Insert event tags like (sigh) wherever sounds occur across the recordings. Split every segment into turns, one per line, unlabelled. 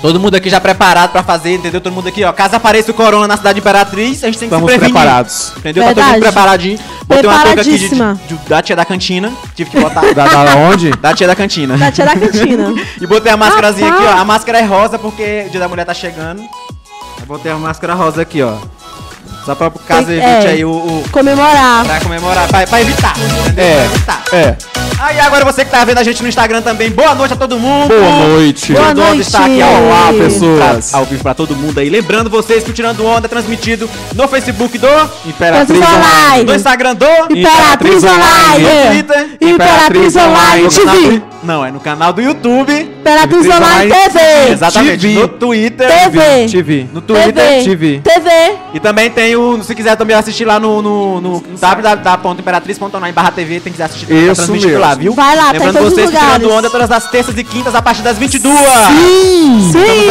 Todo mundo aqui já preparado pra fazer, entendeu? Todo mundo aqui, ó. Caso apareça o corona na cidade de Imperatriz, a gente tem que
Estamos
se prevenir.
preparados.
Entendeu? Tá todo mundo
Verdade.
preparadinho. Botei uma touca aqui de-
Preparadíssima.
de- da tia da cantina. Tive que (laughs) botar.
Da, da- da onde?
da tia da cantina.
Pra tirar a cantina.
(laughs) E botei a máscarazinha aqui,
Rapaz.
ó. A máscara é rosa porque o dia da mulher tá chegando. Eu botei a máscara rosa aqui, ó. Só pra por caso
Tem-
evite
é.
aí o. o-
Comemorar.
pra comemorar, pra, pra evitar. Entendeu?
É.
Pra
Tá.
evitar.
É.
Aí agora você que tá vendo a gente no Instagram também, boa noite a todo mundo.
Boa noite.
Boa
Boa
Tirando Onda
noite.
está aqui ao ar, pessoas.
pessoas.
ao vivo pra todo mundo aí. Lembrando vocês que o Tirando Onda é transmitido no Facebook do,
Imperatriz
Quantos
Online.
no
Online.
Instagram do,
Imperatriz Online.
Twitter,
Imperatriz Online TV.
não, é no canal do YouTube,
Imperatriz Online TV.
exatamente,
TV.
no Twitter,
TV.
TV.
no Twitter,
TV.
TV.
TV.
E também tem o, se quiser também assistir lá no, no, no www.imperatriz.online barra TV, tem que assistir também,
Isso
transmitido
mesmo.
lá, viu?
Vai lá, tá em
Lembrando
todos os
vocês que
lugares.
Tirando Onda é todas as terças e quintas a partir das 22. Estamos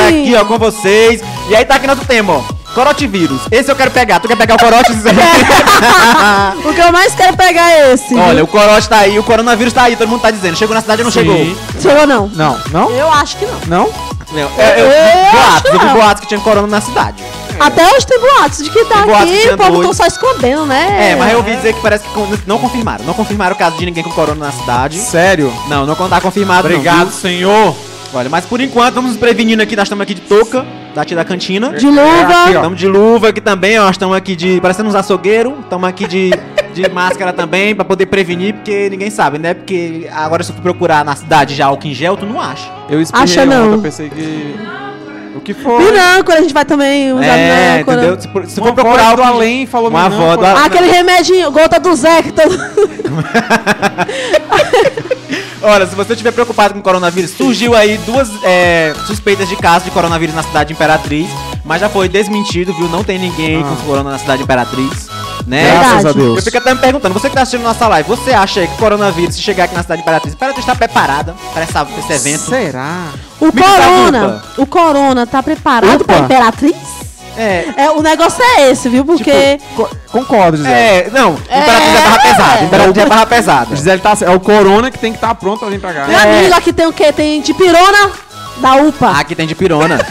aqui,
Sim.
ó, com vocês. E aí tá aqui nosso tema, ó. Corotivírus. Esse eu quero pegar. Tu quer pegar o corote?
O que eu mais quero pegar é esse.
Olha, o corote tá aí, o coronavírus tá aí, todo mundo tá dizendo. Chegou na cidade ou não
Sim.
chegou?
Chegou não.
Não, não?
Eu acho que não.
Não?
Não, é, um eu, eu,
Eu acho
boatos, eu vi
não.
boatos que tinha corona na cidade.
Até hoje tem boatos de que tá
Tem boatos que
aqui, o povo
andou.
tá só escondendo, né?
É, mas eu ouvi dizer que parece que con- não confirmaram. Não confirmaram o caso de ninguém com corona na cidade.
Sério?
Não, não tá confirmado não. viu?
senhor.
Olha, mas por enquanto, vamos nos prevenindo aqui. Nós estamos aqui de touca, da tia da cantina.
De luva.
É aqui, ó.
Estamos de luva aqui também, ó. Estamos aqui de. Parecendo uns açougueiros. Estamos aqui de, de máscara também, pra poder prevenir, porque ninguém sabe, né? Porque agora se tu procurar na cidade já álcool em gel, tu não acha.
Eu espirrei
Acha
ontem,
não.
eu pensei que... O que foi?
E não, quando a gente vai também usar
é,
não, quando-
entendeu? Se, por- se
Uma
for procurar
avó do
álcool em-
além falou
Uma
não,
avó do
pô.
além.
Ah, aquele remedinho, gota do Zé que todo...
Olha, se você estiver preocupado com o coronavírus, surgiu aí duas é, suspeitas de casos de coronavírus na cidade de Imperatriz, mas já foi desmentido, viu? Não tem ninguém
Ah.
com corona na cidade de Imperatriz, né?
É Verdade.
Graças a
Eu
Deus.
fico até me perguntando, você que tá assistindo nossa live, você acha aí que o coronavírus, se chegar aqui na cidade de Imperatriz, Imperatriz está preparada para essa, pra esse evento?
Será?
O
Me
Corona,
desculpa.
o Corona tá preparado
Opa.
pra Imperatriz?
É,
É, o negócio é esse, viu?
Tipo,
Porque
Co- concordo, Gisele.
é, não, Imperatriz é,
É.
barra pesada, Imperatriz é barra pesada.
Gisele tá... É o corona que tem que estar pronto pra vir pra cá.
meu
É.
amigo aqui tem o quê? Tem dipirona da UPA,
Ah, Aqui tem de pirona,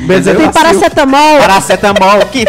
Bem dizer,
tem
tá assim,
paracetamol,
paracetamol aqui,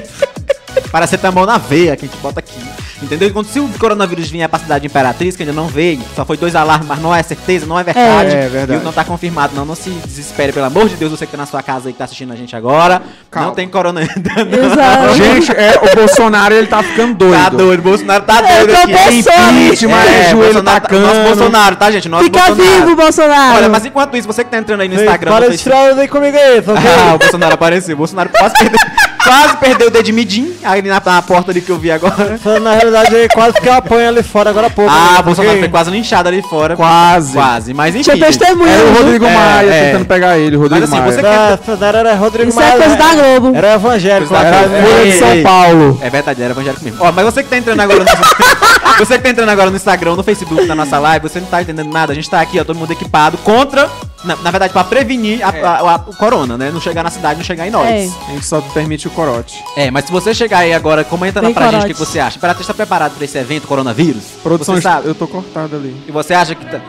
paracetamol na veia que a gente bota aqui. Entendeu? Enquanto se o coronavírus vier pra cidade de Imperatriz, que ainda não veio, só foi dois alarmes, mas não é certeza, não é verdade.
É, é verdade.
Viu? Não tá confirmado, não. Não se desespere, pelo amor de Deus, você que tá na sua casa aí, que tá assistindo a gente agora.
Calma.
Não tem corona (laughs) ainda, não.
o-
Exato.
Gente, é, o Bolsonaro, ele tá ficando doido.
Tá doido, Bolsonaro tá
É,
doido aqui.
tropeçou,
Impeachment, é, joelho
Bolsonaro tá,
tacando.
Nosso Bolsonaro, tá, gente? Nosso
Fica
Bolsonaro.
vivo, Bolsonaro.
Olha, mas enquanto isso, você que tá entrando aí no
Ei,
Instagram,
para
no
de
Facebook-
tirar daí comigo aí,
(laughs)
tá
Ah, o
ok?
Bolsonaro apareceu. O Bolsonaro quase perdeu, (laughs) quase perdeu o dedo de midim ali na, na porta ali que eu vi agora.
Falando na realidade aí, quase que eu apanho ali fora agora há pouco. né,
Ah,
tá
o Bolsonaro
ok?
foi quase linchado ali fora.
Quase.
Quase, mas enfim.
Tinha testemunha.
Era o Rodrigo
É,
Maia
é.
tentando pegar ele, o Rodrigo
Mas assim,
Maia.
você
Da- da- Era Rodrigo
Isso é
Maia, né?
coisa da Globo.
Era evangélico assim. lá,
É,
Coisa da
cara.
Globo.
Folha
Ei,
de
ei.
São Paulo.
É verdade, era evangélico mesmo. Ó, mas você que tá entrando agora no (laughs) Você que tá entrando agora no Instagram, no Facebook, na nossa live, você não tá entendendo nada, a gente tá aqui, ó, todo mundo equipado contra, na, na verdade, pra prevenir a- a- a- o corona, né? Não chegar na cidade, não chegar em
É.
nós.
A gente só permite o corote.
É, mas se você chegar aí agora, comenta lá
Vem,
pra gente o que
corote.
você acha. Imperatriz tá preparado pra esse evento, coronavírus?
Produção,
você sabe?
eu tô cortado ali.
E você acha que tá-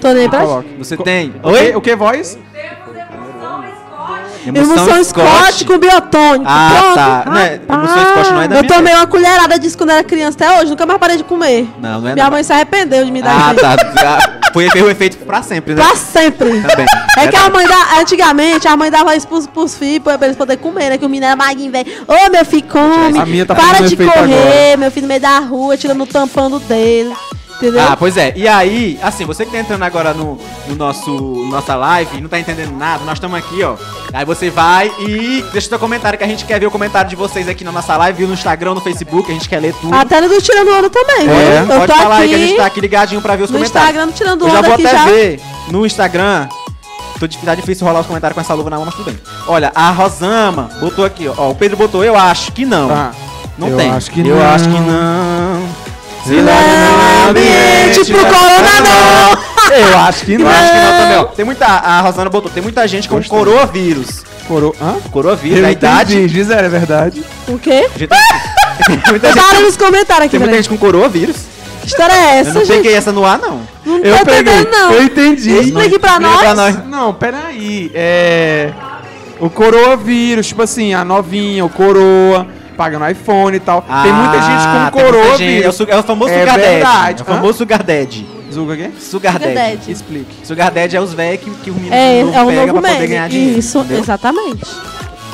Tô nem pra...
Coloca.
você
Co-
tem?
O que- O que voz?
Emulsão Scott com biotônico.
Ah,
Pronto.
tá. Não é-
Rapaz,
emulsão Scott não é da
Eu
minha
tomei uma colherada disso quando era criança até hoje, nunca mais parei de comer.
Não, não é
Minha
não.
mãe se arrependeu de me dar
Ah,
isso aí.
tá. Ah, Foi foi o efeito pra sempre, né?
Pra sempre.
Também.
É que a mãe da. Antigamente, a mãe dava isso pros, pros filhos pra pra eles poderem comer, né? Que o menino era magrinho, velho. Ô, meu filho, come.
A minha tá
para
fazendo
de
efeito
correr, meu filho no meio da rua, tirando o tampão do dele. Entendeu?
Ah, pois é. E aí, assim, você que tá entrando agora no, no nosso nossa live e não tá entendendo nada, nós estamos aqui, ó. Aí você vai e deixa seu comentário que a gente quer ver o comentário de vocês aqui na nossa live, viu no Instagram, no Facebook, a gente quer ler tudo.
Até no do Tirando Onda também. viu?
É,
eu tô
pode falar
aqui
aí que a gente tá aqui ligadinho pra ver os
no
comentários.
Instagram do Tirando
Eu já
Onda
vou
aqui
até
já.
ver no Instagram. Tô, dif- tá difícil rolar os comentários com essa luva na mão, mas tudo bem. Olha, a Rosama botou aqui, ó. Ó, O Pedro botou, eu acho que não.
Tá.
Não
Eu
tem.
acho que
eu
não.
acho que não.
Não,
né?
ambiente pro corona não.
Eu acho que
Eu
não.
acho que não também, ó. Tem muita. A Rosana botou, tem muita gente com
Gostei.
corovírus.
Coro... Hã?
Corovírus, a idade.
Gisele, é verdade.
O quê?
(laughs)
A gente- tem muita gente,
Para nos comentários aqui,
tem muita
é
peraí.
gente com corovírus.
Que história é
Eu não
essa, gente?
peguei essa no ar, não.
Não tô entendendo, não.
Eu entendi.
Explique pra
Explica
nós.
pra nós.
Não, peraí. É. O coronavírus, tipo assim, a novinha, o coroa, pagando iPhone e tal. tem muita
Ah,
gente com
tem muita gente. É o,
coronavírus.
su- é o famoso
É
Sugar Daddy.
verdade.
É o famoso Sugar Daddy.
Zuga quê?
Sugar
Sugar
Daddy.
Daddy.
Explique.
Sugar Daddy é os velhos que, que o menino
É,
não
é um
pega
novo
pra poder ganhar
meme.
dinheiro.
Isso,
entendeu?
exatamente.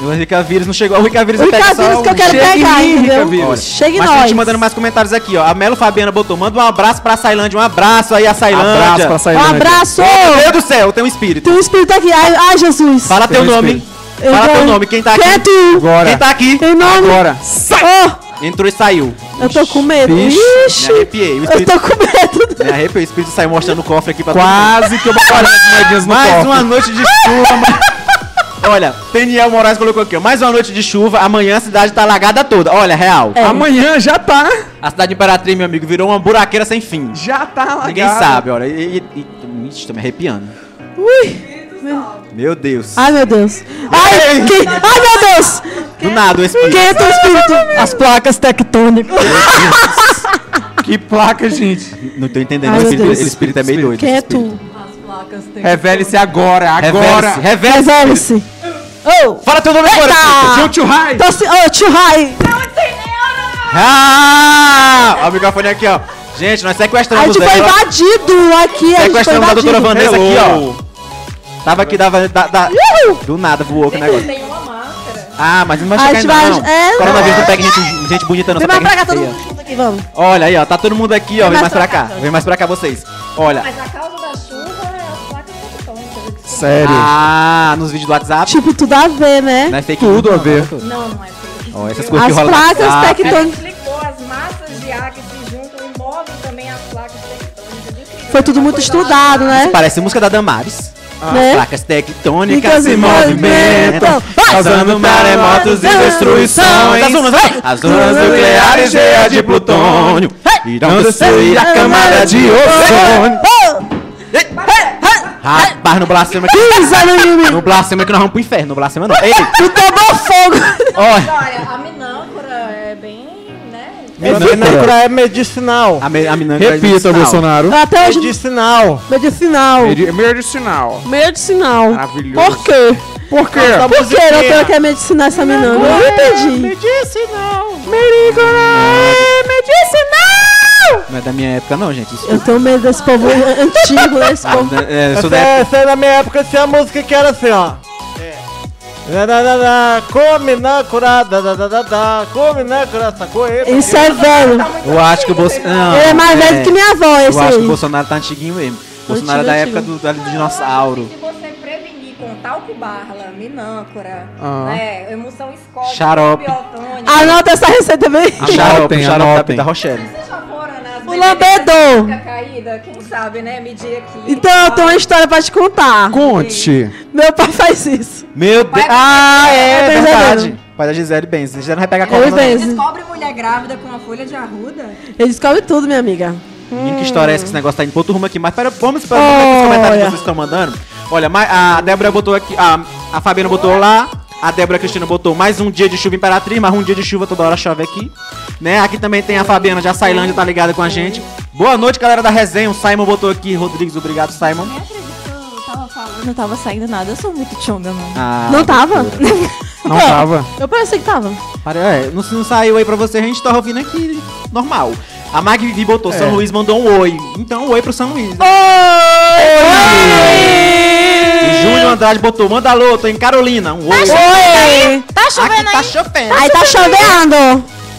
E o Rica Vírus não chegou. O Rica Vírus
O
pega
Rica
só
Vírus que eu
um-
quero
Chega em
pegar,
mim, Rica
entendeu?
Vírus.
Chegue
Mas tem
nós.
gente mandando mais comentários aqui, ó. A Melo Fabiana botou, manda um abraço pra Sailândia. Um abraço aí, a Sailândia.
Abraço pra
Um
Sailândia.
abraço!
Meu Deus do céu, tem um espírito.
Tem um espírito aqui. Ai, ai, Jesus.
Fala
Tem
teu
um
nome.
espírito.
Eu
Fala
vou-
teu nome, quem tá aqui?
Quem é tu?
Agora.
Quem tá aqui?
Tem nome?
Agora.
Oh,
Entrou e saiu.
eu tô com medo.
Vixe,
Me
Ixi.
arrepiei. O
Eu
espírito, É.
tô com medo.
me arrepiei. O espírito saiu mostrando o cofre aqui pra todo mundo.
Quase que eu batalhei as moedinhas no
Mais
cofre.
uma noite de chuva.
(laughs)
ma- Olha, Daniel Moraes colocou aqui, ó. Mais uma noite de chuva, amanhã a cidade tá alagada toda. Olha, real.
É.
Amanhã já tá.
A cidade de Imperatriz, meu amigo, virou uma buraqueira sem fim.
Já tá alagado.
Ninguém sabe, olha. E, e, e, ixi, tô me arrepiando. Ui! Meu Deus.
Ai, meu Deus. Ai, que... ai meu Deus.
Do nada, o
Quem
espírito.
é teu espírito?
As placas tectônicas.
Que placa, gente.
Não tô entendendo.
Ai,
o
meu
espírito,
Deus.
esse espírito é meio doido.
Quem é tu?
Revele-se agora, agora.
Revele-se, revele-se.
Revele-se. Oh.
Fala teu nome agora, espírito.
Tio Tio Rai.
Tá
Tô se... Ô, tio Rai.
Ah! Ó, o microfone aqui, ó. Gente, nós
A
sequestramos
gente foi
ela.
invadido aqui. A gente foi
Sequestramos a doutora
invadido.
Vanessa aqui,
Hello.
ó. Tava aqui da. da, da
Uhul.
do nada voou com o negócio.
Tem uma máscara.
Ah, mas não vai
A
chegar
gente
ainda,
vai-
não.
é, não.
Coronavírus não pega gente, gente bonita, não.
Vem
só
mais
pega
pra cá
gente tá feia.
todo mundo junto aqui, vamos.
Olha aí, ó. Tá todo mundo aqui, ó. Vem
Vem
mais
mais
pra
pra
cá.
cá.
Vem mais pra cá vocês. Olha.
Mas a causa da chuva é as placas tectônicas.
Sério.
Ah, nos vídeos do WhatsApp.
Tipo, tudo a ver, né?
Não é fake
Tudo
news,
a
não,
ver.
não,
Não, não é feio.
Ó, essas coisas que
As
rolam.
placas
Ah,
Ela
tectônicas.
explicou as massas de ar que se juntam e movem também as placas tectônicas. Incrível,
Foi tudo
uma
muito
coisa
estudado,
lá. tá-
né?
Parece música da Damares.
Né?
As placas tectônicas
Nicas
se
em
movimentam,
movimento.
causando maremotos e destruições.
As ondas, vai!
As ondas nucleares cheias de plutônio irão destruir a camada de ozônio. Rapaz, no blasfema aqui. No blasfema que nós vamos pro inferno, no blasfema não. Ei,
Tu tomou fogo.
ó,
Olha, a minâncora é bem, né?
Minâncora é medicinal. É
a, me, a menina
Repita, Bolsonaro.
Até hoje. é
Medicinal.
Medicinal.
É
Medi- Medicinal.
Medicinal.
Maravilhoso.
Por quê?
Por quê?
Nossa,
Por que
musiquinha.
eu tenho que medicinar essa menina? Eu não entendi.
Medicinal.
Medicinal!
Não é da minha época não, gente. Isso-
Eu tenho medo desse povo antigo, né? Esse povo.
É, eu sou
Essa,
da época.
essa é da minha época tinha a música que era assim, ó. É. Da, da, da, da, come na curada, da, da, da, da, come na curada, sacou? Ele-
Isso é velho.
Tá
Eu acho que o Bolsonaro.
né?
Ele é mais velho que minha avó, esse
Eu acho que o
é aí.
Bolsonaro tá antiguinho mesmo. Bolsonaro é
Antigo,
da
antigo.
época do, do, do dinossauro.
Se você prevenir com talco barla, minâncora,
Ah.
né, emulsão escórica,
Xarope.
biotônica.
Anota essa receita bem.
O xarope, o
Anotem,
xarope
anotem.
da Rochelle.
Vocês já foram nas
O lambedor.
bebidas caída? Quem sabe, né? Medir aqui.
Então, eu tenho uma história pra te contar.
Conte.
Meu pai faz isso.
Meu Deus. Ah, é,
Gisele.
verdade. Pai da Gisele Benz. Gisele não vai pegar
Oi,
corona. não.
Benz.
Descobre mulher grávida com uma folha de arruda?
Ele descobre tudo, minha amiga.
Menino, que história é essa que esse negócio tá indo pro outro rumo aqui. Mas pera, vamos para os comentários que vocês estão mandando. Olha, ma- a Débora botou aqui. A, a Fabiana botou lá. A Débora Cristina botou mais um dia de chuva Imperatriz, mais um dia de chuva, toda hora chove aqui. Né? Aqui também tem a Fabiana de Açailândia, tá ligada com a gente. Boa noite, galera da resenha. O Simon botou aqui. Rodrigues, obrigado, Simon.
Nem acredito que eu tava falando. Não tava saindo nada, eu sou muito chonga, mano.
Ah,
Não tá tava? É,
Não
(laughs)
tava.
Eu pensei que tava.
Pare- É, não, se não saiu aí pra você, a gente tá ouvindo aqui, normal. A Mag Vivi botou, São Luís mandou um oi. Então, um oi pro São Luís. O Júnior Andrade botou, manda alô, tô em Carolina. Um oi.
Oi!
Tá chovendo Tá chovendo.
Aí tá chovendo!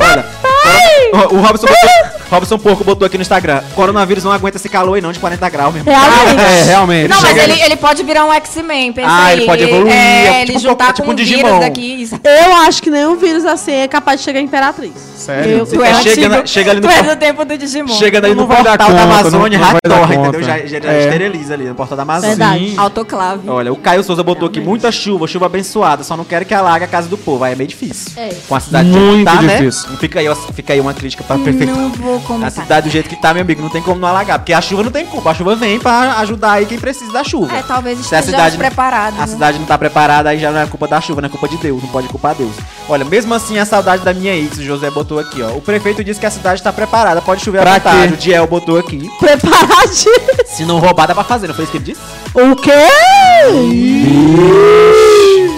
Olha, corona- o o Robson, botou, Robson Porco botou aqui no Instagram. Coronavírus não aguenta esse calor aí não, de 40 graus mesmo. Ah,
Realmente.
É, realmente.
Não, mas
Chega-
ele, ele pode virar um X-Men, pensa
Ah,
aí.
ele pode evoluir, é
É,
tipo
ele
um
juntar
pouco- tipo
com
um
um
Digimon.
vírus
(laughs)
daqui. isso.
Eu acho que nenhum vírus assim é capaz de chegar à Imperatriz.
Sério?
Eu-
Você
Tu é
chega
antigo.
na- chega ali no
Tu é
por-
do tempo do Digimon.
Chegando ali
Não
no
vai dar
portal da
conta,
Amazônia,
não- não vai dar
ratorra,
conta.
entendeu? Já, já, já
É.
esteriliza ali no portal da Amazônia.
É Verdade.
Autoclave.
Olha, o Caio Souza botou aqui muita chuva, chuva abençoada, só não quero que alaga a casa do povo. Aí é meio difícil.
É.
Com a cidade do jeito
Muito
que tá,
difícil.
né? Fica aí, ó, fica aí uma crítica pra perfeição.
Não vou
A
comentar.
cidade do jeito que tá, meu amigo, não tem como não alagar. Porque a chuva não tem culpa. A chuva vem pra ajudar aí quem precisa da chuva.
É, talvez
Se a
estejamos
cidade-
preparados.
A
né?
cidade não tá preparada, aí já não é culpa da chuva, não é culpa de Deus. Não pode culpar Deus. Olha, mesmo assim, a saudade da minha ex, o José botou aqui, ó. O prefeito disse que a cidade tá preparada, pode chover à
Pra
vontade.
quê?
O Diel botou aqui.
Preparadinho.
Se não roubar, dá pra fazer, não foi isso que ele disse?
O quê?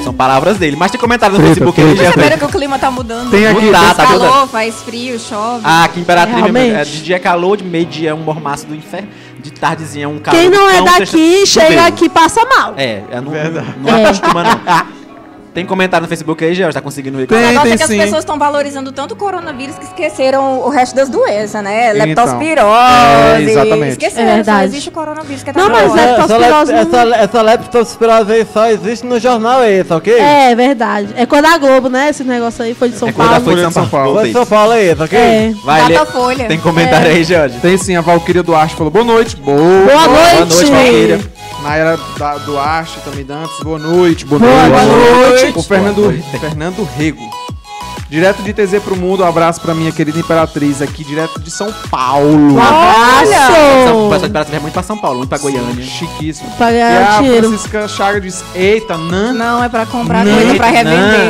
São palavras dele. Mas tem comentário no
Treta,
Facebook aí,
treta.
Vocês
Jeffrey.
saberam que o clima tá mudando?
Tem aqui.
Tá,
Faz
tá
calor,
mudando.
faz frio, chove.
Ah, aqui em Imperatriz mesmo. É,
Realmente.
de dia é calor, de meio-dia é um mormaço do inferno, de tardezinha é um calor.
Quem não é
então
daqui,
deixa-
chega
choveu.
aqui e passa mal.
É, eu não, não acostuma, não. (laughs) Tem comentário no Facebook aí, Gel? Tá conseguindo ver?
O
Tem.
negócio é que as
sim.
pessoas estão valorizando tanto o coronavírus que esqueceram o resto das doenças, né?
Então.
Leptospirose.
É, exatamente.
Esqueceram,
É verdade.
só existe o coronavírus que é
Não, mas
tão
é- leptospirose
essa,
não-
essa, essa leptospirose aí só existe no jornal aí, tá ok?
É, verdade. É quando a Globo, né? Esse negócio aí foi de São
É quando a
Paulo.
Folha de São Paulo.
Foi
voltei.
em São Paulo aí, tá ok?
É.
Vai, Lê.
Datafolha.
Tem comentário aí, George?
Tem sim, a Valquíria Duarte falou boa noite. Boa,
Boa
Boa noite.
noite, Valquíria.
Nayara da, Duarte também Dantes, boa noite. Boa,
Boa noite.
O Fernando, Fernando Rego. Direto de TZ pro mundo, um abraço pra minha querida Imperatriz aqui, direto de São Paulo.
Um
O pessoal de
abraço.
Brasília é muito pra São Paulo, muito pra Goiânia.
Chiquíssimo.
Pra
E a
ganhar dinheiro.
Francisca Chaga diz, eita, nan, nan,
Não, é pra comprar
Não,
coisa pra
não.
revender.
Ah, é,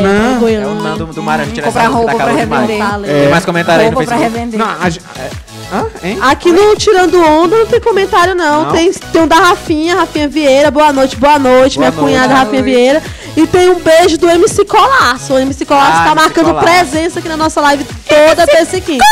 pra
nan.
É o É,
Goiânia.
Nan do, do Maranhão tirar
Comprar
essa tá
roupa pra
demais.
revender.
Falei.
Tem mais comentário aí no
Roupa pra
Facebook?
revender.
Não, a, ge- é- hã? Hein?
Aqui no Tirando Onda não tem comentário, não.
Não?
Tem, tem um da Rafinha, Rafinha Vieira. Boa noite, boa noite,
Boa
minha
noite.
cunhada
Boa
Rafinha
noite.
Vieira. E tem um beijo do MC Colasso. O MC Colasso
Ah,
tá
MC
marcando
Colasso.
presença aqui na nossa live toda terça e quinta.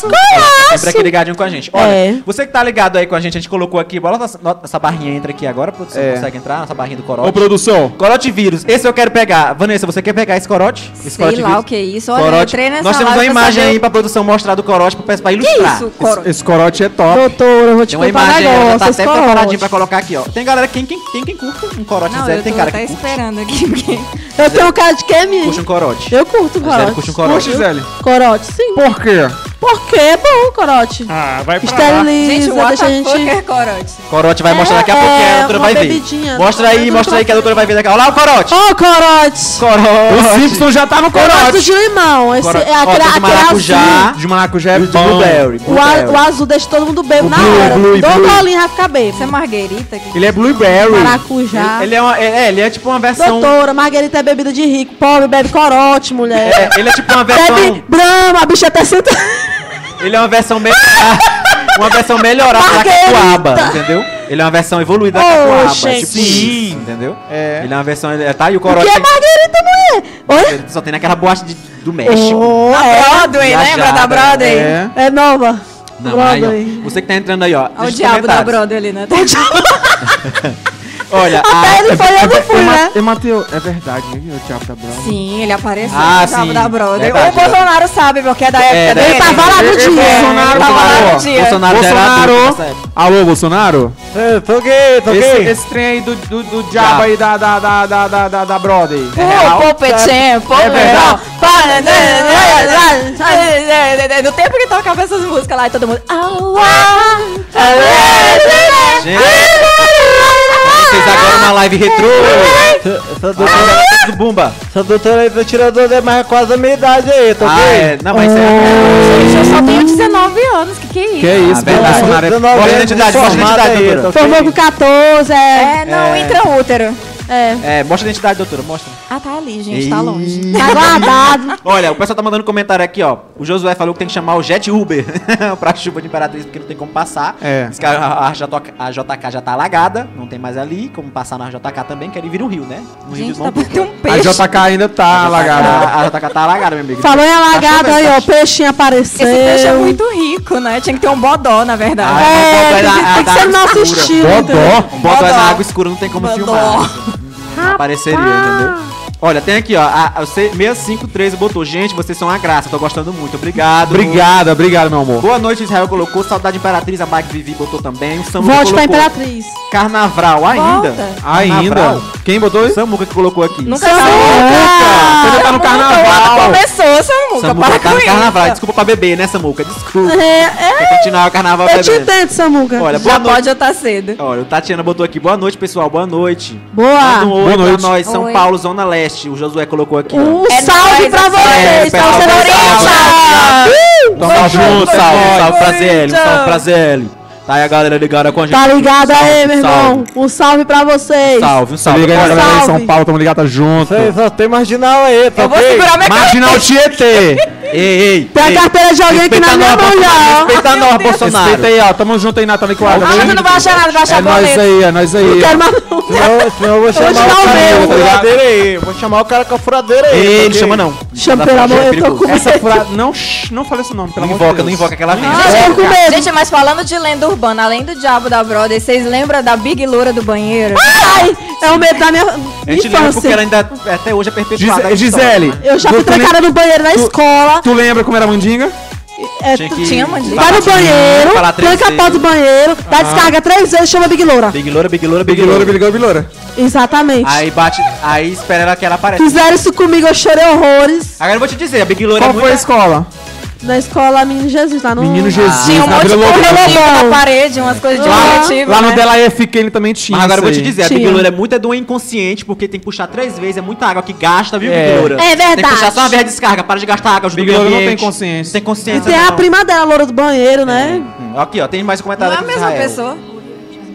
Colasso!
Sempre aqui
Assim.
Colasso!
É ligadinho com a gente. Olha,
É.
você que tá ligado aí com a gente, a gente colocou aqui. Bora nossa, nossa barrinha entra aqui agora, produção.
É.
Consegue entrar? Nossa barrinha do
Ô,
corote.
produção.
Corote vírus. Esse eu quero pegar. Vanessa, você quer pegar esse corote? Esse
Sei lá o que é isso. Olha, eu
Corote.
entrei nessa
Nós temos
live
uma
pra
imagem
saber
aí pra produção mostrar do corote pra, pra
o que é
ilustrar.
isso, corote.
Esse corote é top.
Doutora, eu vou te
Tem uma
contar um
imagem aí, ela
negócio.
tá
esse
até preparadinho
corote.
pra colocar aqui, ó. Tem galera, quem, quem, tem quem curta um corote
Não,
zero,
eu
tem
tô
cara
até
que curte,
esperando É, aqui. porque-
Eu tenho cara de quem, menino?
curte um corote.
Eu curto
Gisele
corote.
curte um corote.
Curte,
Gisele.
Corote, sim.
Por quê?
Porque é bom o corote.
Ah, vai
Esteriliza,
Gente,
deixa
o
a
WhatsApp
gente...
é corote.
Corote vai mostrar daqui a
É,
pouquinho, a
é,
doutora
uma
vai ver.
bebidinha.
Mostra aí,
Mas
mostra aí que a doutora vai ver daqui. Olha lá o corote.
Ô, corote!
Corote.
O Simpson já tá no
Eu gosto
corote.
de limão. Esse
Corote.
é
Ó,
aquele,
tem de
aquele
maracujá.
azul.
De maracujá é
E de
bom.
blueberry.
O, a-
blueberry.
o azul deixa todo mundo bebo na
blue,
hora.
blue,
Dou
blue.
um golinho vai ficar
Isso
bebo.
é marguerita aqui.
Ele é blueberry.
Maracujá.
Ele, ele é uma, é, é, ele é tipo uma versão...
Doutora, margarita é bebida de rico. Pobre bebe corote, mulher.
É, ele é tipo uma
Bebe
versão...
brama, a bicha até senta.
ele é uma versão melhorada. (laughs) uma versão melhorada da
Marguerita.
cacuaba, entendeu? Ele é uma versão evoluída da
Ô,
cacuaba.
gente.
Tipo isso, entendeu?
É.
Ele é uma versão... ele- Tá, e o
O
corote
que é
tem-
margarita, mulher? Oi?
só tem naquela boate de- do México.
Oh, é.
Broadway, lembra
Viajada,
da Broadway?
É.
é nova.
Não, aí,
Brother.
ó, você que tá entrando aí, ó.
Olha o
deixa os
diabo da
comentários.
Broadway
(laughs)
ali, né?
Olha,
Até ele foi,
é
eu não fui, né?
E, Matheus, é verdade, né? O Thiago tá bravo.
Sim, ele apareceu
Ah,
no sábado
sim.
da Brother.
Verdade,
o Bolsonaro sabe, porque é da época
É,
dele.
Ele tava lá no dia.
tá
Bolsonaro,
tava lá no
Bolsonaro.
dia.
Bolsonaro, já era
Bolsonaro.
adulto nessa época.
Alô, Bolsonaro?
É, Tá ok, tá ok.
Esse, esse trem aí do, do, do diabo
Já.
aí da, da, da, da, da, da, da brother. aí.
Pô, pô, Petinho, pô,
É verdade.
pô, para, né, né, né, né, né, né, No tempo que tocava essas músicas lá e todo mundo. "Au, ah, ah,
Gente, vocês agora uma live retrô.
Essa- Essa doutora,
Ah, do Bumba.
essa doutora aí do tirador é mais quase a minha idade aí, tá
Ah,
ok?
é. Não, mas isso é.
ah." Eu só tenho 19 anos, que que é
Que
isso?
isso,
velho,
Bolsonaro.
Bolsonaro é-
Dezenove
Mostra a
anos
identidade, mostra a
formada
identidade,
aí,
doutora.
tá ok?
Formou um com 14, é.
É, não,
É.
intraútero.
É.
É, mostra a identidade, doutora, mostra.
Ah, tá ali, gente, tá longe.
Aguardado.
Olha, o pessoal tá mandando comentário aqui, ó. O Josué falou que tem que chamar o Jet Uber (laughs) pra chuva de Imperatriz, porque não tem como passar.
É.
Diz que a, a JK a JK já tá alagada, não tem mais ali. Como passar na JK também, que ele vira o rio, né? No rio
Gente,
de
tá
Mão
batendo um
A
peixe.
JK ainda tá alagada.
A, a JK tá alagada, meu amigo.
Falou em alagado
chovendo,
aí, ó.
tá
O peixinho apareceu.
Esse peixe é muito rico, né? Tinha que ter um bodó, na verdade.
Ah,
É,
Mas bota aí na-
tem que- tem que ser no
na
nosso
escura.
estilo. entendeu?
Bodó.
Bota
Bodó.
na água escura, não tem como
Bodó.
filmar. Não apareceria, entendeu? Olha, tem aqui, ó. A, a C- 653 botou. Gente, vocês são uma graça. Tô gostando muito. Obrigado.
Obrigado, obrigado, meu amor.
Boa noite, Israel colocou. Saudade Imperatriz. A Mike Vivi botou também. O Samuca
Volte pra
colocou.
Imperatriz.
Carnaval ainda.
Volta.
Ainda.
Carnaval.
Quem botou
O
isso?
Samuca que colocou aqui. Ah,
Nunca
Samuca! né?
saiu.
Você tá no
Samuca,
carnaval.
Começou, Samuca,
Samuca
para
tá
com
no carnaval.
isso.
Desculpa pra beber, né, Samuca? Desculpa.
É,
Quer continuar o carnaval
é, eu te
bebendo.
entendo, Samuca.
Olha, boa
Já
noite.
pode estar cedo.
Olha, o Tatiana botou aqui. Boa noite, pessoal. Boa noite.
Boa.
Manda um oi
Boa
pra
noite.
nós, São
Oi.
Paulo, Zona Leste. O Josué colocou aqui. ó.
Um
É
salve
nóis,
pra
é
vocês, tá pra
pessoal,
você
pessoal.
Corinthians!
Tamo junto, salve, salve pra Zélio, salve pra Zélio. Tá aí a galera ligada com a gente.
Tá ligado
Salve,
aí, meu irmão? Um salve pra vocês.
Salve, um
Salve,
salve.
liga aí na
Agora,
galera de São
Salve.
Paulo, tamo ligado, tá junto.
Vocês só tem marginal aí, tá
Eu vou
ok?
segurar minha
Marginal Tietê!
Ei, ei.
Tem a
ei,
carteira de alguém aqui na
respeita nós,
minha mão
Bolsonaro,
já, ó.
Respeita nós,
Respeita
Bolsonaro.
aí, ó, tamo junto aí, Nathalie Quadra.
Ah, mas eu não vou achar nada, vai achar
É nós
boleto.
aí, é nós aí. Tá
Quero mais um.
Senão, senão eu vou chamar
te dar
é o
o
cara
meu.
com a furadeira aí. Vou chamar o cara com a furadeira aí.
Ei,
tá
não
ok?
chama não.
Chama,
Tá,
pelo amor,
é
eu tô com medo.
Essa furada. Não, shh, não fala esse nome, pelo
Não
amor
invoca,
de Deus.
não invoca aquela lenda.
Eu tô com medo.
Gente, mas falando de lenda urbana, além do diabo da Brother, vocês lembram da Big Loura do banheiro?
Ai, é o medo da minha
A gente lembra porque ela
infância.
ainda até hoje é
Gise-
perpetuada. a história,
Gisele.
né?
Eu já fui
tu lem-
trancada no banheiro na
tu-
escola.
Tu lembra como era a mandinga?
É,
Tinha
tu-
que
Tinha uma dica.
Vai no banheiro,
Falar três
tranca a
vezes.
porta do banheiro, dá descarga três vezes, chama a Big Loura.
Big Loura, Big Loura, Big
Bilora,
Loura.
bilora, bilora.
Exatamente.
Aí bate, aí espera ela que ela aparece.
Fizeram isso comigo, eu chorei horrores.
Agora eu vou te dizer, a Big Loura é
Qual foi a
muito...
escola?
Na escola Menino Jesus, lá no...
Menino Jesus.
Tinha um
na
monte de
Vila
correlação na parede, umas coisas de
Lobo. Lá no
né?
Delaê Fica ele também tinha.
Mas agora eu vou
isso
te
aí.
dizer, a
Tinha.
Big Loura é muito é do inconsciente, porque tem que puxar três vezes, é muita água que gasta, viu,
É.
Big Loura?
É
Tem que puxar
verdade.
só uma vez a descarga, para de gastar água, ajuda
Big
o meio
Loura não tem
ambiente.
consciência.
Não tem
E
consciência,
tem a
não.
prima dela, a loura do banheiro, né?
Hum, Aqui, ó, tem mais um
Não
comentário
é a
aqui do
mesma
Israel.
pessoa.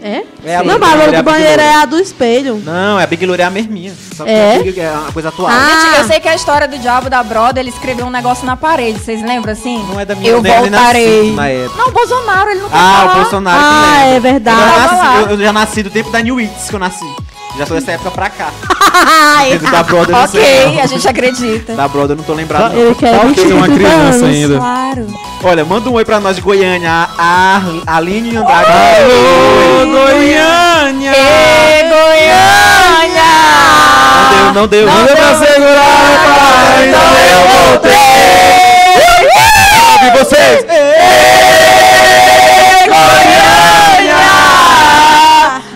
É?
É a
Não,
loura
mas a
do
loura
banheiro,
do banheiro
é a
é a do espelho.
Não, é a Big Loura é a merminha. Só que
É?
a Big é uma coisa atual.
Ah.
Gente, eu sei que a história do diabo da Broda, ele escreveu um negócio na parede, vocês lembram assim?
Não é da minha
Eu
nem- nem
voltarei.
nascido na época.
Não, o Bolsonaro, ele não quer
Ah, o
falar.
Bolsonaro que
Ah,
lembra.
é
Eu,
verdade.
Ela-
já
lá.
nasci, eu- eu já nasci do tempo da New Hits que eu nasci. Já sou dessa época pra cá.
Ai,
Tempo da Brother eu não sei
ah, Ok,
não.
a gente Ah, acredita.
Da Brother eu não tô lembrado não.
ele quer
Só que tem
25
uma criança
anos.
ainda.
Claro.
Olha, manda um oi pra nós de Goiânia, a Ar- Aline Andrade.
Ô, Goiânia!
É.
Ê, Goiânia!
Não deu, não deu.
Manda pra segurar, ainda eu voltei! Salve vocês!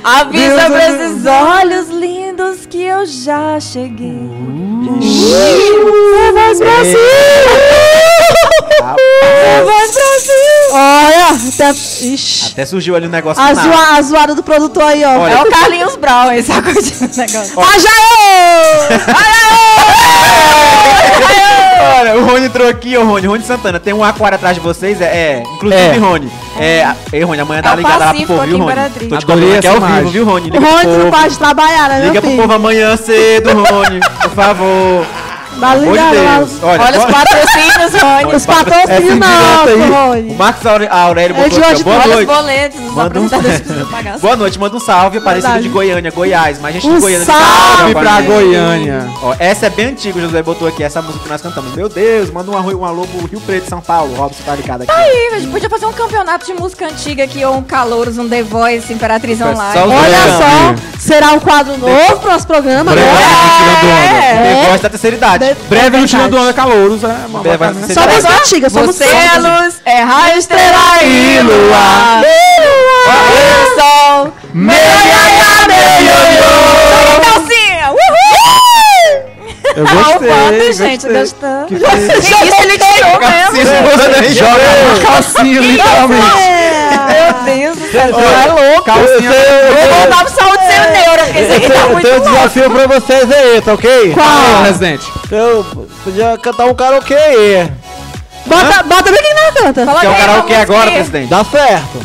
Avisa
é
Deus
pra
do-
esses olhos lindos que eu já cheguei.
Olha, até... Ixi.
Até surgiu ali um negócio.
A,
do nada.
zoa- a zoada do produtor aí, ó.
Olha.
É o Carlinhos Brown, esse (laughs) acordeão negócio.
Ajaô!
Olha, o Rony entrou aqui, ô Rony. Rony Santana, tem um aquário atrás de vocês? É, é inclusive,
É.
Rony. É, a- ei, Rony, amanhã dá
Tá
É o
uma ligada lá pro
Pacífico
povo, viu,
aqui em
Rony?
Imperatriz.
Tô te
Adorei
contando que é
essa
ao vivo,
imagem.
viu, Rony?
O
Liga pro
Rony tá não
povo.
pode trabalhar, né,
Liga
meu
pro
filho?
povo amanhã cedo, Rony. Por favor.
Dá
Pelo amor de
ligada
Deus.
lá.
Olha,
Olha os patrocínios, Rony.
Os patrocínios
direto
não,
aí.
o
Rony.
Marcos Aure- Aurélio
É de
botou aqui,
hoje
ó, boa
tudo.
Olha os
noite.
boletos, os
Manda um- (laughs)
apresentadores precisam pagar.
Boa noite, manda um salve, Aparecido de
Verdade.
Goiânia, Goiás. Mas gente
Um
de Goiânia. que
salve
Fui
tá
pra
com a gente.
Goiânia.
Ó, essa é bem antiga, o José botou aqui, essa música que nós cantamos. Meu Deus, manda um arroio, um alô pro Rio Preto, São Paulo. Robson tá ligado aqui.
Ah,
Aí, a gente podia fazer um campeonato de música antiga aqui, ou um Calouros, um The Voice, Imperatriz Online.
Olha
Olha só, será um
Né?
quadro novo pro nosso programa, né?
O
É,
negócio da terceira idade.
Breve no
verdade.
Tirando Onda Calouros, é uma
Breve
bacana.
no Tirando
Só
Você
música
tá-
antiga, só
Você
música
é
antiga.
luz, é raio, estrela e
lua.
lua. Olha o sol,
Meu
Sem calcinha, uhul!
Eu
Alvando,
gostei,
gente, gostando.
Que fez-
Isso ele tirou mesmo.
Joga uma calcinha, literalmente.
Meu Deus do céu.
Tá louco.
Calcinha.
Vou voltar pro saúde sem neura, porque isso aqui tá
Eu
muito
tenho um
louco.
desafio pra vocês aí, tá ok?
Fala, Residente.
Eu podia cantar um karaokê aí.
Bota, bota bem quem não canta.
Quer
Coloca
é o
aí uma
karaokê agora,
musiquinha.
presidente?
Dá certo.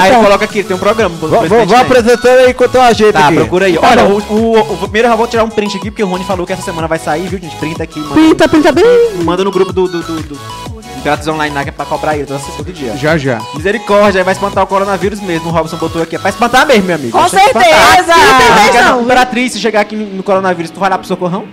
Aí
Bota.
coloca aqui, tem um programa. pro
Vou- Vou
presidente,
vou
né?
apresentando aí enquanto eu ajeito
Tá,
aqui.
procura aí. Olha, o, o- o- primeiro eu já vou tirar um print aqui, porque o Rony falou que essa semana vai sair, viu, gente? Printa aqui, manda,
Pinta, pinta bem.
manda no grupo do, do, do, do Imperatriz Online, lá, que é pra cobrar ele todo, todo dia.
Já, já.
Misericórdia, aí vai espantar o coronavírus mesmo. O Robson botou aqui. É pra espantar mesmo, meu amigo.
Com
Deixa eu espantar.
certeza.
Ah,
Talvez
fica-
não, viu?
Imperatriz, se chegar aqui no no coronavírus, tu vai lá pro socorrão?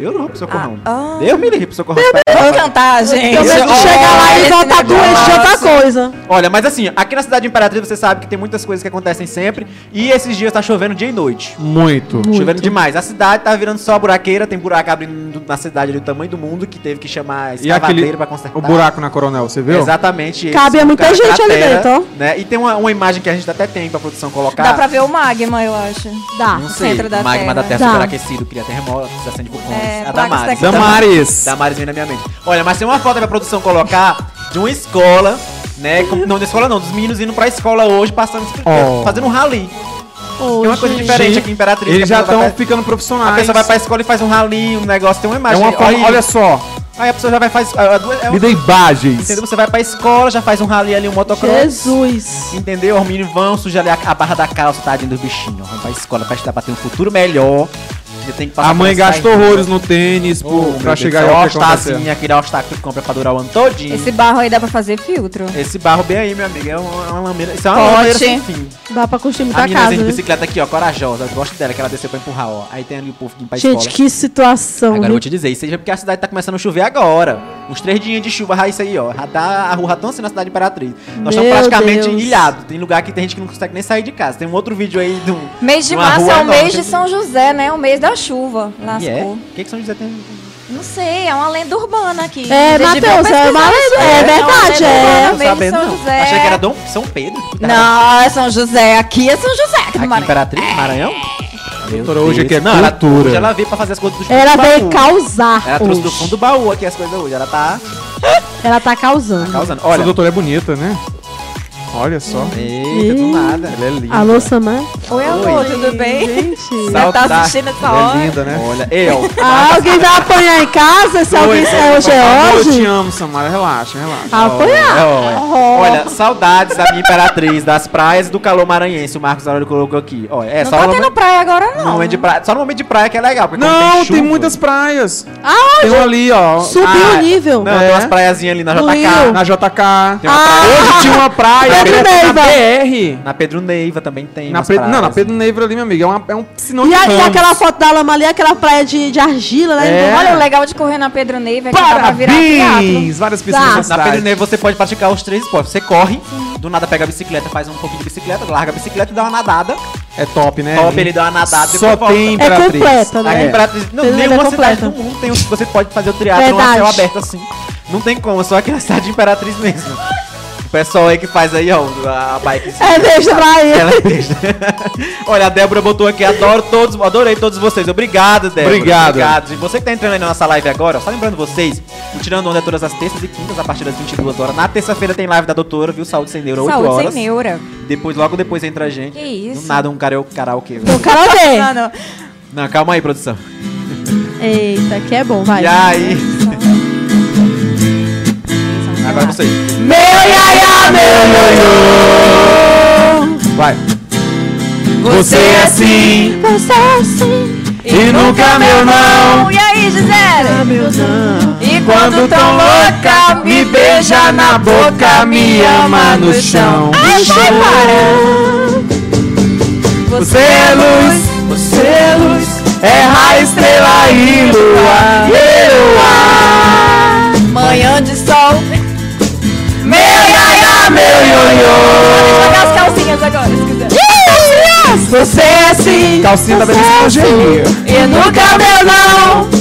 Eu não vou pro socorrão.
Ah, ah.
Eu me livre pro socorrão.
Vou cantar, gente.
é
Eu mesmo chegar lá e
Esse
voltar doente de
negócio.
outra coisa.
Olha, mas assim, aqui na cidade de Imperatriz você sabe que tem muitas coisas que acontecem sempre. E esses dias tá chovendo dia e noite.
Muito.
Chovendo demais. A cidade tá virando só buraqueira, tem buraco abrindo na cidade ali do tamanho do mundo, que teve que chamar
E
escavadeiro
aquele.
pra consertar.
O buraco na coronel, você viu?
Exatamente. esse,
Cabe
um
muita
cara
gente ali dentro,
Né? E tem uma, uma imagem que a gente até tem pra produção colocar.
Dá pra ver o magma, eu acho.
Dá.
Não sei,
Ah, centro da
o magma
Terra.
da Terra
Dá.
superaquecido, cria terremotos, acende vulcões.
É,
a
pragas
Damares.
tectônicas.
Damares.
Damares vem na minha mente. Olha, mas tem uma foto pra produção colocar de uma escola, né? com- não, da escola não, dos meninos indo pra escola hoje, passando,
Oh.
fazendo um rally. tem uma coisa diferente aqui em Imperatriz.
Eles
que a
já
pessoa vai
estão
pra-
ficando
A
profissionais.
pessoa vai pra escola e faz um rally, um negócio, tem uma
É
imagem.
uma forma,
aí.
olha só,
Aí a pessoa já vai fazer. É, é duas- é
Me
um-
dê imagens.
entendeu? Você vai pra escola, já faz um rally ali, um motocross.
Jesus.
Entendeu? Os meninos vão sujar ali a, a barra da calça, tadinho dos bichinhos. Vão pra escola pra estudar, pra ter um futuro melhor. Você tem é que passar
A mãe
por essa
gastou
aí.
horrores no tênis
Ô, meu
por, pra
Deus,
chegar
essa
ao que aconteceu.
hostazinha, aquele hostar que tu compra pra durar o ano todinho.
Esse
Esse,
barro aí dá pra fazer filtro.
barro bem aí, minha amiga, é uma, uma lameira. Isso é uma
Pote.
lameira sem fim.
Dá pra curtir
A
muita
meninazinha
casa.
de
viu?
bicicleta aqui, ó, corajosa. Eu gosto dela, que ela desceu pra empurrar, ó. Aí tem ali o povo que indo pra
Gente,
escola.
que situação.
Agora eu
Então, viu?
vou te dizer, isso aí é porque a cidade tá começando a chover agora. Uns três dias de chuva, já isso aí, ó. Já tá a rua tão assim na cidade de Imperatriz. Nós
Meu
estamos praticamente
Deus.
ilhados. Tem lugar que tem gente que não consegue nem sair de casa. Tem um outro vídeo aí do.
Mês de
Uma
março
rua
é o mês
enorme,
de
gente.
São José, né? O mês da chuva. Lascou.
E é? O que que São José tem?
Não sei, é uma lenda urbana aqui.
É,
Vocês deviam
Matheus, é uma lenda-
pesquisar isso aí.
é
uma
verdade,
lenda
é.
urbana,
Tô
mês de São José.
Achei que era Dom São Pedro. que tava
Não, é São José. Aqui é São José. Aqui,
Aqui
no
em
Maranhão.
Imperatriz, Maranhão? Meu
Doutora, hoje
Deus.
aqui é
Não, ela-
cultura.
hoje Ela, veio pra fazer as coisas do fundo
Ela
do
veio
baú.
causar.
Ela trouxe do
hoje.
fundo do baú aqui as coisas hoje. Ela tá
Ela tá causando.
causando.
Olha, Essa
Olha. Hum.
doutora é bonita, né? Olha só.
Eita, do nada.
Ela é linda.
Alô, Samã?
tá
Oi, amor, tudo bem?
(laughs)
Gente.
Você tá
Saudade.
assistindo essa
Ela
hora?
é linda, né?
Olha, ei, ó.
Ah, alguém vai apanhar em casa? Se alguém é hoje é
Eu te
hoje?
amo, Samara. Relaxa, relaxa.
Ah,
Apanhar.
Olha, olha, saudades da minha imperatriz, das praias e do calor maranhense. O Marcos Aurélio colocou aqui. Olha, é
Não
só
tá
no
tendo
momento-
praia agora, não.
no momento de praia. Só no momento de praia que é legal. porque quando
Não, tem,
chuva-
muitas praias.
Ah,
Tem uma ali, ó.
Subiu
Ah,
o nível.
Não, tem
É.
umas praiazinhas ali na
No
JK.
Rio.
Na,
Tá Na Ah! JK.
tem uma praia-
Hoje tinha uma praia na
Pedro Neiva.
BR.
na Pedro Neiva também tem.
Na
umas
Pe- Não, na
praias.
Pedro Neiva ali, meu amigo. É, uma- é um piscinão
E,
de
a- e
ramos.
aquela foto da lama ali, aquela praia de, de argila, né?
É.
Olha, o legal de correr na Pedro Neiva é que dá pra virar triatlo.
Parabéns! Várias piscinas Tá.
Dá.
na
Na Pedro
cidade.
Neve você pode praticar os três esportes. Você corre, do nada pega a bicicleta, faz um pouquinho de bicicleta, larga a bicicleta e dá uma nadada.
É top, né?
Top, ele dá uma nadada e
Só
depois
tem
volta.
É
Imperatriz.
completa,
Aqui
né?
em Imperatriz, não,
Pedro Neve
nenhuma
é
cidade
completa.
do mundo tem, um- você pode fazer o triatlon a
Verdade.
céu aberto assim. Não tem como, é só aqui na cidade de Imperatriz mesmo. O pessoal aí que faz aí, ó, a bike.
É beijo pra ele.
Ela deixa. (laughs) Olha, a Débora botou aqui, adoro todos, adorei todos vocês. Obrigado, Débora.
Obrigado.
E você que tá entrando aí na nossa live agora, ó, só lembrando vocês, o Tirando Onda é todas as terças e quintas, a partir das 22 horas. Na terça-feira tem live da doutora, viu? Saúde Sem Neuro, 8
Saúde
horas.
sem neura.
Depois, logo depois entra a gente.
Que isso?
Do nada, um karaokê. karaokê.
O cara
Não,
vê.
não.
Não, calma aí, produção.
Eita, que é bom, vai.
E aí? Agora não sei.
Meu iaia,
Vai.
Você é
assim,
meu. Você é assim.
e nunca meu não. Ah,
E aí, Gisele?
Meu não.
E quando tão louca, me beija na boca, me ama no chão. Ai, vai parar. Você é luz,
você é luz, é raio, estrela e lua. Eu a
manhã de sol.
meu iaia, meu
Jogar as calcinhas agora, se quiser.
ioiô. Você é assim, calcinha da Benício Eugenia.
E nunca meu não.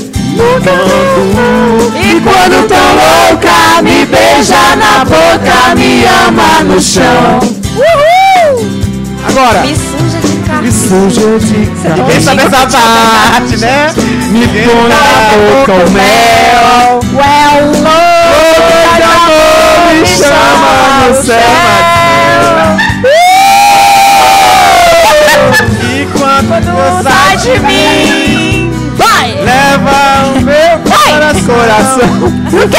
E quando tão louca, me beija na boca, me ama no chão. Agora,
Me suja de
me
carne.
suja de
Ninguém sabe essa é parte, né?
Me põe na boca o mel. é um
Well,
Oi, amor, me chama no céu.
E quando
sai de mim. Vai!
leva o meu
Coração. Você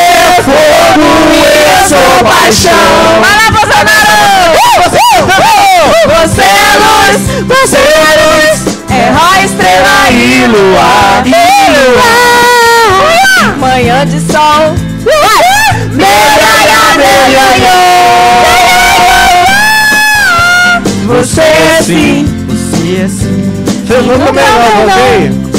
é fogo e eu sou paixão. é
Para, Bolsonaro!
Você é luz, você é luz.
É raio,
Estrela
estrela
e lua,
e manhã de sol.
Melhora, melhora. Você é assim,
Vocês vão comer não, ok?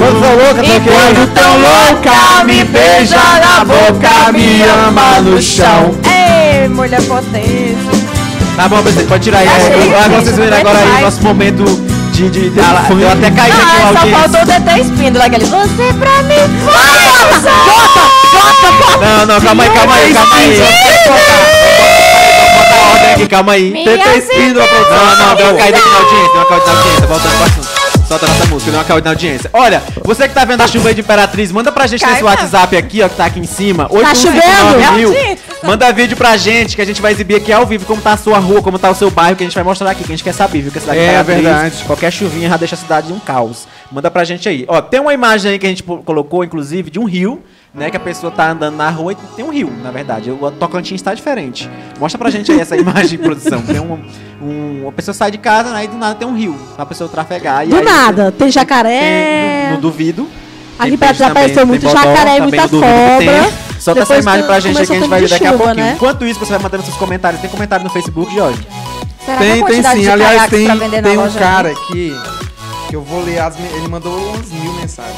Quando tá louca, tá ok?
quando tão louca, me beija na boca, me ama no chão.
Ei, mulher potente.
Tá bom, presidente, pode tirar aí.
É
É
Achei,
Eu- agora
gente,
vocês viram
não
agora aí
aguento
o nosso momento de. de, de- ah, eu até caí aqui na
Ah, só
audiência.
faltou o Detê Espíndola, aquele Você pra mim vai, Bolsa! Bota, bota, bota!
Não, não, calma aí, calma aí, calma aí. Vamos botar a ordem aqui, calma aí.
Minha
Espíndola,
Não, não, deu uma caída aqui na audiência, deu uma caída na audiência, voltando pro assunto. Solta a nossa música, deu uma caída na audiência. Olha, você que tá vendo a chuva aí de Imperatriz, manda pra gente
Cai
nesse
mesmo.
WhatsApp aqui, ó, que tá aqui em cima.
Tá chovendo?
Meu
819 mil.
Deus.
Manda vídeo pra gente, que a gente vai exibir aqui ao vivo como tá a sua rua, como tá o seu bairro, que a gente vai mostrar aqui, que a gente quer saber, viu? Que a cidade
É,
tá
verdade.
Qualquer chuvinha já deixa a cidade um caos. Manda pra gente aí. Ó, tem uma imagem aí que a gente po- colocou, inclusive, de um rio, né? Que a pessoa tá andando na rua e tem um rio, na verdade. O Tocantins tá diferente. Mostra pra gente aí essa (laughs) imagem, produção. Tem um, um- uma pessoa sai de casa, né? E do nada tem um rio. Pra pessoa trafegar. e
Do
aí-
nada, tem
Tem-
jacaré.
Não duvido.
Aqui
Tem
perto
peixe
já
também,
apareceu
tem
muito
bodó,
jacaré e
também
muita
não duvido que tenha.
cobra.
Solta essa
Depois
imagem pra
tu-
gente aí que a gente
começou
vai
a
ver
ter
daqui a
chuva,
pouquinho.
né?
Enquanto isso, você vai mandando seus comentários. Tem comentário no Facebook, Jorge?
Será que
Tem,
a
tem
quantidade
sim.
de
Aliás,
caiaques
tem,
pra vender na
tem um
loja né?
cara aqui que eu vou ler as. men- Ele mandou umas mil mensagens.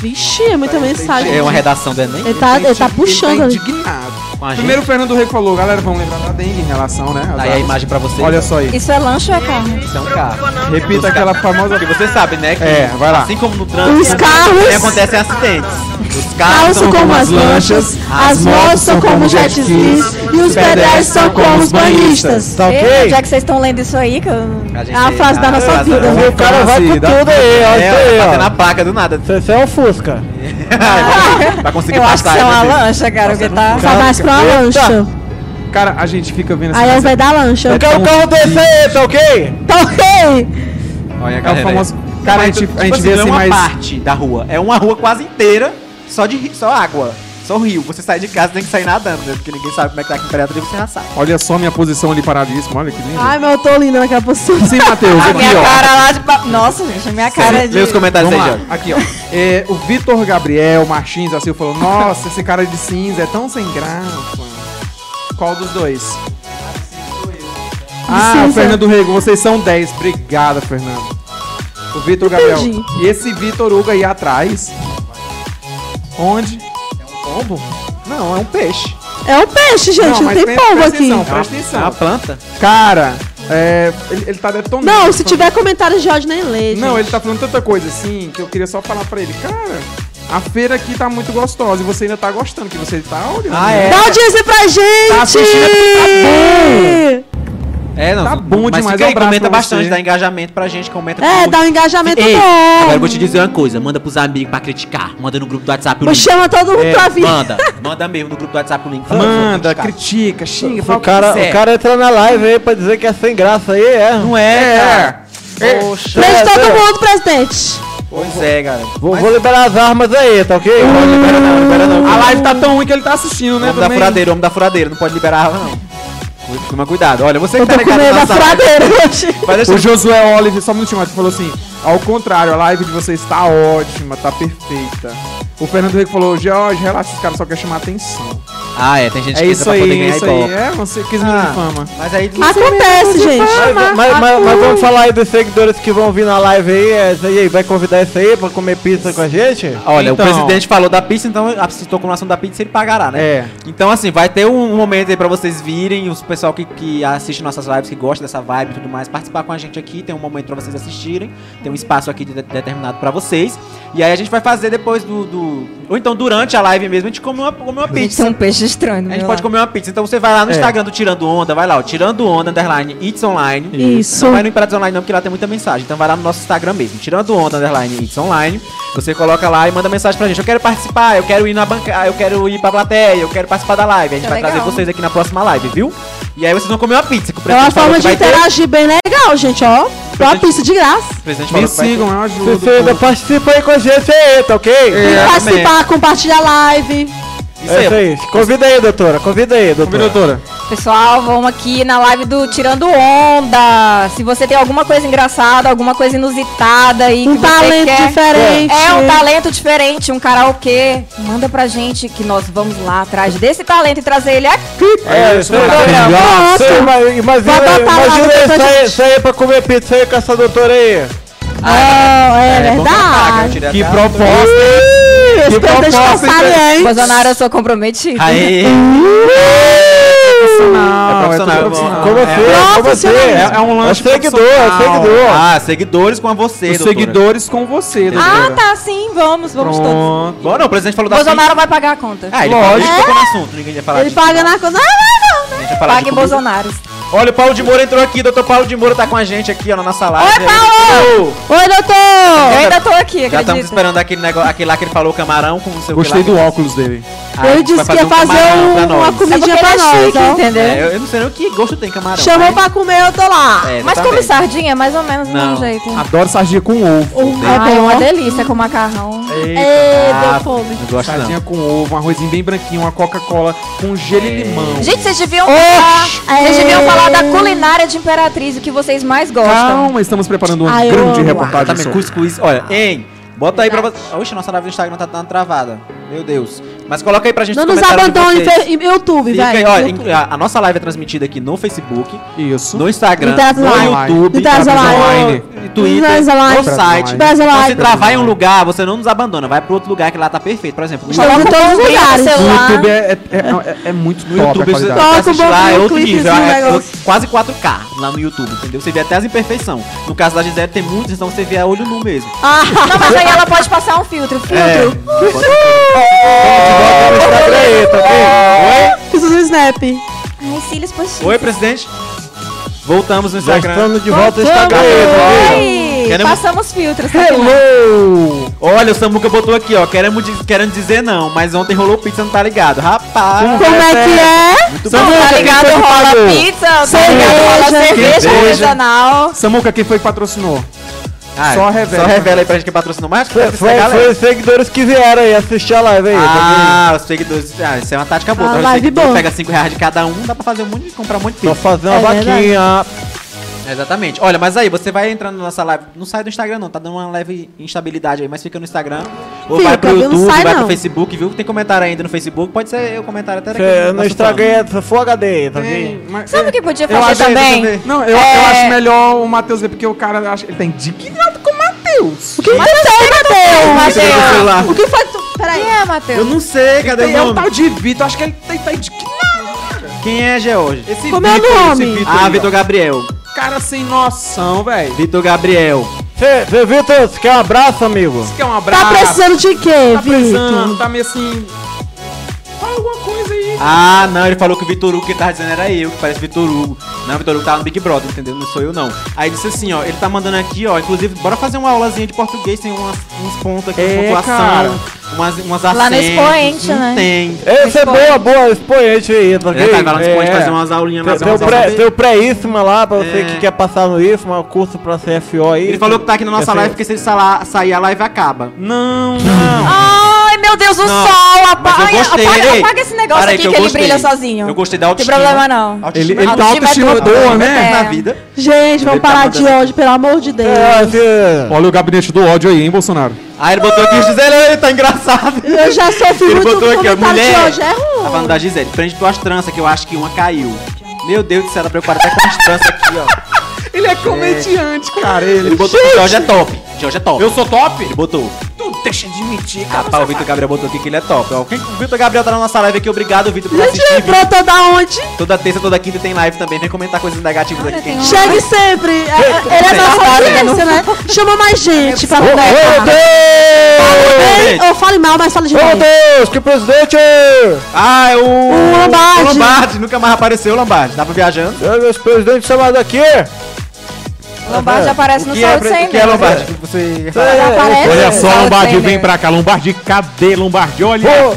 Vixe, é muita mensagem.
É uma redação do Enem?
Ele tá, ele tá
indi-
puxando
Ele
ali.
tá indignado.
Com a
Primeiro o Fernando Rego falou, galera, vamos lembrar da dengue em relação, né?
Tá
às
aí a
águas.
imagem pra vocês.
Olha só aí.
Isso é lanche ou é carne?
Isso é um carro.
Repita aquela famosa.
Porque você sabe, né? Que
É, vai lá.
Assim como no trânsito,
Os carros-
também acontecem acidentes. Os carros
Calço
são
como as lanchas, as motos são como jet skis e os pedestres são como os banhistas.
Ah,
Tá
Ei,
ok?
onde é que vocês estão lendo isso aí? Que eu...
A gente- tá
É a frase da
a-
nossa
a-
vida.
O cara vai com
Assim, dá-
tudo aí, ó.
É,
Isso
ó, batendo
né? aí,
a placa do nada.
ó. Esse é o Fusca.
Pra conseguir
Tá
Eu acho que
passar. né,
isso é uma
Felipe?
lancha, cara, porque tá...
Só mais pra uma lancha.
Cara, a gente fica vendo
Aí elas
essa.
vai dar lancha.
Eu quero o carro desse aí, tá ok?
Toquei!
Olha a
É o
galera aí.
famoso. Cara, a
Mas,
gente,
tipo
a gente
assim,
vê
não é
assim
uma
mais.
parte da rua. É uma rua quase inteira, só de ri- só água. Só o rio. Você sai de casa tem que sair nadando, né? Porque ninguém sabe como é que tá aqui em Imperatriz, você já sabe.
Olha só minha posição ali paradíssima, olha que lindo.
Ai, meu, eu tô linda naquela posição.
Sim, Matheus,
A minha
aqui, ó.
cara lá de... pa- Nossa, gente, a minha cara de...
Lê os comentários
Vamos
aí,
lá,
Tá, Jorge.
aqui, ó. É, o Vitor Gabriel Martins assim falou: Nossa, esse cara de cinza é tão sem graça. Qual dos dois? Ah, o
cinza.
Fernando Rego, vocês são 10. Obrigada, Fernando. O Vitor Gabriel.
Entendi.
E esse Vitor Hugo aí atrás? Onde?
Pombo? Não, é um peixe.
É um peixe, gente, não,
mas
tem
presta-
povo
presta
aqui.
atenção, presta atenção.
É uma planta.
Cara, é, ele, ele tá detonando.
Não, se tiver comentário de Jorge, nem lê.
Não,
gente.
ele tá falando tanta coisa assim que eu queria só falar pra ele, cara, a feira aqui tá muito gostosa e você ainda tá gostando, que você tá olhando.
Ah, é.
Dá audiência pra
Tá assistindo,
gente!
tá
É, não.
Tá bom
mas
demais,
fica
um
aí,
abraço
comenta
pra
bastante,
você.
dá engajamento pra gente, comenta
É,
muito.
dá um engajamento
Ei, agora eu vou
bom.
te dizer uma coisa, manda pros amigos pra criticar, manda no grupo do WhatsApp o
Pô,
link.
Chama todo mundo pra vir.
Manda, manda mesmo no grupo do WhatsApp o link. Fala,
Manda,
vou criticar.
critica, xinga, fala
O cara,
que é? quiser.
o cara entra na live aí pra dizer que é sem graça aí, é.
Não é, cara.
É.
Poxa.
Prende
É,
todo
é.
mundo, presidente.
Pois é, galera.
Vou, vou liberar as armas aí, tá ok?
Não, libera não.
A live tá tão ruim que ele tá assistindo, né?
Homem da
também.
furadeira, homem da furadeira, não pode liberar a arma, não. Cu- Toma cuidado. Olha, você que
Eu
tá
tô com
ligado
medo
na
da
sala,
furadeira
(laughs)
hoje.
vai deixar-
O Josué Olive, só um minutinho, Matheus, falou assim: ao contrário, a live de vocês tá ótima, tá perfeita. O Fernando Rico falou: Jorge, relaxa, esse cara só quer chamar atenção.
Ah, é, tem gente
É
que
isso
entra pra poder
aí,
ganhar
isso aí. Ah,
igual. Ah.
É, você quis minutos de fama.
Mas aí
Acontece,
é
gente.
Mas, mas- mas- mas vamos falar aí dos seguidores que vão vir na live aí, é, isso aí, vai convidar esse aí pra comer pizza com a gente?
Olha,
Então.
o presidente falou da pizza, então assisto a acumulação da pizza, ele pagará, né?
É.
Então, assim, vai ter um momento aí pra vocês virem, os pessoal que, que assiste nossas lives, que gosta dessa vibe e tudo mais, participar com a gente aqui. Tem um momento pra vocês assistirem, tem um espaço aqui de- determinado pra vocês. E aí a gente vai fazer depois do. do- ou então durante a live mesmo, a gente come uma, come uma
Isso é
pizza.
um peixe estranho,
A
meu
gente
lá.
pode comer uma pizza. Então você vai lá no Instagram do Tirando Onda, vai lá, ó, Tirando Onda, underline, It's Online.
Isso.
Não vai no Imperatriz Online não, porque lá tem muita mensagem. Então vai lá no nosso Instagram mesmo, Tirando Onda, underline, It's Online. Você coloca lá e manda mensagem pra gente. Eu quero participar, eu quero ir na banca, eu quero ir pra plateia, eu quero participar da live. A gente
Tá
vai
legal.
trazer vocês aqui na próxima live, viu? E aí vocês vão comer uma pizza. Que o
É uma
presidente falou
forma
que
de
vai ter.
interagir bem legal, gente, ó. Pra pista de graça.
O presidente falou
Me
que vai ter.
sigam, eu
Se
ajudo.
você ainda participa aí com a gente aí, tá ok?
Vem
É,
participar, compartilhar a live.
Isso
É
aí,
isso aí. Convida aí, doutora. Convida aí,
Ô,
doutora.
doutora.
Pessoal, vamos aqui na live do Tirando Onda. Se você tem alguma coisa engraçada, alguma coisa inusitada aí
Um
que você
talento
quer...
diferente.
É um talento diferente, um karaokê. Manda pra gente que nós vamos lá atrás desse talento e trazer ele aqui.
É, isso aí.
Nossa.
Sim, mas- Imagina,
Vai botar lá
imagina
depois
isso
a
aí,
gente-
isso aí pra comer pizza aí com essa doutora aí.
Ah, é,
é bom que não paga, eu
verdade.
tirei a
Que
cara.
proposta.
Ih, Esse
Que
presidente tá
proposta, hein,
saliente.
Bolsonaro, eu sou comprometido.
Aí,
Não,
é profissional,
tudo
é bom.
Como
É.
assim? Como assim?
É, é um
É
lanche
seguidor, é
profissional.
seguidor.
Ah, seguidores com a você,
Os
doutora.
seguidores com você,
Ah,
doutora.
tá, sim, vamos, vamos todos.
Pronto.
Bom, não, o presidente falou da
Bolsonaro vai pagar a conta.
assim. Ah, ele
Lógico.
Lógico. tocou no assunto, ninguém ia falar
Ele
disso.
paga na conta. Ah, não, não,
A
não.
gente ia falar de
Pague
comida.
Bolsonaro.
Olha, o Paulo de Moura entrou aqui, doutor Paulo de Moura tá com a gente aqui, ó, na nossa live. Oi, Paulo!
Oi, doutor!
Eu ainda tô aqui,
Já estamos
acredita?
esperando aquele negócio, aquele lá que ele falou camarão com não sei o que
Gostei
lá.
do óculos dele.
Aí
Ele disse
vai
que ia fazer
camarão pra
um- uma né?
nós.
É
comidinha
porque
pra
ele é
nós,
chique,
ó.
entendeu?
É, eu- eu não sei nem o que gosto tem camarão.
Chamou pra comer, eu tô lá.
Então, É,
Mas
exatamente.
como sardinha, mais ou menos do
Não. Ah,
mesmo jeito.
Adoro sardinha com
Um
ovo.
Ai, é uma delícia com macarrão.
É,
Ah,
deu fome.
Não gosto não.
Sardinha com ovo, um arrozinho bem branquinho, uma Coca-Cola com gelo e limão.
Gente, vocês deviam falar,
é.
vocês deviam falar da culinária de Imperatriz, o que vocês mais gostam.
Calma, estamos preparando uma
Ai, Ah, eu
grande
amo.
reportagem
Exatamente,
sobre.
Tá cuscuz. Olha, hein? Bota aí pra você. Oxe, nossa live do Instagram tá dando travada. Meu Deus. Mas coloca aí pra gente
Não
nos
nos
comentários de
abandone
vocês.
fe- YouTube,
Fica aí,
velho.
olha, em- a, a nossa live é transmitida aqui no Facebook,
Isso.
no Instagram,
Literatura
no
Online.
YouTube,
Literatura
Online.
no Twitter,
Literatura
no
Online.
site. Então, se
Literatura Online.
travar em um lugar, você não nos abandona. Vai pro outro lugar que lá tá perfeito. Por exemplo, no
Estamos em todos os lugares.
seu-
O
Lá.
YouTube é, é- é- é muito
No
top
YouTube,
a
você
qualidade.
Toca um
assiste lá, é
pouquinho,
outro
clipezinho,
nível, é, é
negócio.
quase 4K lá no YouTube, entendeu? Você vê até as imperfeições. No caso da Gisele tem muitos, então você vê a olho nu mesmo.
Não, mas aí ela pode passar um filtro. Filtro.
É.
Fiz um snap.
Ai, cílios postiços.
Oi, presidente. Voltamos no
Já
Instagram.
estamos de volta ao Instagram.
Oi,
Queremos-
Passamos filtros. tá
Hello!
Olha, o Samuca botou aqui, ó. Queremos diz- querendo dizer não, mas ontem rolou pizza, não tá ligado. Rapaz.
Como é que é?
Muito
Não, tá ligado?
quem foi que
Rola
pagou?
pizza, tá
Cerveja.
ligado? Rola
Quem
cerveja
beija?
artesanal.
tá- Samuca, quem foi que patrocinou?
Ah,
Só revela.
Só revela aí pra gente que patrocinou mais.
Foi, foi- foi os seguidores que vieram aí assistir a live aí. tá
Ah, os seguidores. Ah, isso é uma tática boa.
Ah,
Então, os
live
seguidores
boa.
pega 5 reais de cada um, dá pra fazer um monte de comprar um monte de
vendo?
pizza.
Só fazer uma
É
vaquinha.
Exatamente. Olha, mas aí, você vai entrando na nossa live. Não sai do Instagram, não. Tá dando uma leve instabilidade aí, mas fica no Instagram. Ou
Fica,
vai pro
viu? Não
YouTube,
sai,
vai pro
não.
Facebook, viu? Tem comentário ainda no Facebook. Pode ser o comentário até daqui.
Cê-
do
No
nosso
Instagram é Full HD, tá
Ei,
vendo?
mas-
Sabe o que podia
Eu
fazer
achei,
também?
deixa eu ver.
Não, eu,
É.
eu acho melhor o Matheus ver, porque o cara acha, ele tá indignado com o Matheus.
O que é foi, Matheus?
Chega no celular.
O que foi que tu... Peraí.
Quem é, Matheus?
Eu não sei, cadê
Ele é
o
um
nome?
tal de Vitor, acho que ele tá, tá indignado.
Quem é George? Esse
Como é o nome?
Ah, Vitor Gabriel.
Cara sem noção, velho.
Vitor Gabriel.
Cê, cê, Vitor, você quer um abraço, amigo?
Isso que é um abraço.
Tá precisando de quê,
Tá
Vitor?
precisando, tá meio assim... Fala alguma coisa aí.
Ah, não, ele falou que o Vitor Hugo que ele tava dizendo era eu, que parece Vitor Hugo. Não, o Vitor Hugo tava no Big Brother, entendeu? Não sou eu, não. Aí disse assim, ó, ele tá mandando aqui, ó, inclusive, bora fazer uma aulazinha de português, tem umas, uns pontos aqui,
É,
uma
cara.
pontuação, umas, umas
Lá no expoente,
não
né?
Tem.
Esse é boa, boa, expoente aí, tá
Ele tá lá no
ok?
expoente,
É.
fazer umas aulinhas lá.
Tem-
fazer
Tem o
umas
pré-
aulas.
tem o pré-IFMA lá, pra você
É.
que quer passar no IFMA, curso pra CFO aí.
Ele falou que tá aqui na nossa
Esse-
live, porque se ele sala- sair a live acaba.
Não, não.
Ai, meu Deus, o
Não,
sol!
Mas
Apaga,
eu gostei.
apaga,
ei.
apaga esse negócio
Peraí,
aqui que,
eu
ele
gostei.
brilha sozinho.
Eu gostei da
Não tem
autoestima.
problema, não.
Autoestima
Ele- ele tá
autoestima
autoestima
tudo.
boa,
né?
Na vida.
Gente,
Ele
vamos
tá
parar de
mandando-
hoje, pelo amor de Deus.
É, esse-
Olha o gabinete do ódio aí, hein, Bolsonaro.
Aí ele botou aqui, Gisele, ele tá engraçado.
Eu já sofri
Ele
muito
botou
com
aqui, ó,
comentário de
mulher.
hoje, é ruim.
Tá falando da Gisele, frente duas tranças, que eu acho que uma caiu. Meu Deus do céu, tá preocupada até com as tranças aqui, ó.
Ele é comediante, cara. Ele...
Ele botou que Jorge é top. Jorge é top.
Eu sou top?
Ele botou.
Tu deixa de mentir, cara.
Rapaz, o Vitor Gabriel botou aqui que ele é top. Ó, quem, o Vitor Gabriel tá na nossa live aqui, obrigado, Vitor, por
Gente, é
assistir. viu?
lembrou toda onde?
Toda terça, toda quinta tem live também. Vem comentar coisas negativas aqui.
tem
quem-
um-
Chegue sempre. É, é, Ele é nossa audiência, né? Chama mais gente pra
Ô, ô,
conversar.
Deus!
Ou fale mal, mas fale de
Ô,
novo.
Deus, que presidente!
Ah, é o...
O um- Lombardi.
O Lombardi, nunca mais apareceu o Lombardi. Tava viajando.
É, Meus presidentes chamados aqui!
Lombardi aparece no
que Ah, é,
sol de
pre-
100
que é
né?
metros.
Lombardi? Que Você...
Ele aparece
É
Olha
É,
no
só,
sol de
Lombardi,
100
vem
metros.
pra cá, Lombardi, cadê Lombardi? Olha,
Ô,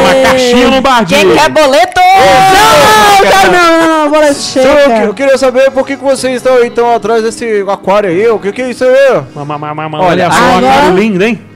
uma caixinha Lombardi.
Quem quer boleto?
Não, não, Ah, quero não, não, não, vou lá,
então, eu, que- eu
chega.
queria saber por que, que vocês estão então atrás desse aquário aí? O que, que é isso aí?
Ma- ma- ma- ma- ma-
Olha,
Olha, só,
agora-
aquário lindo, hein?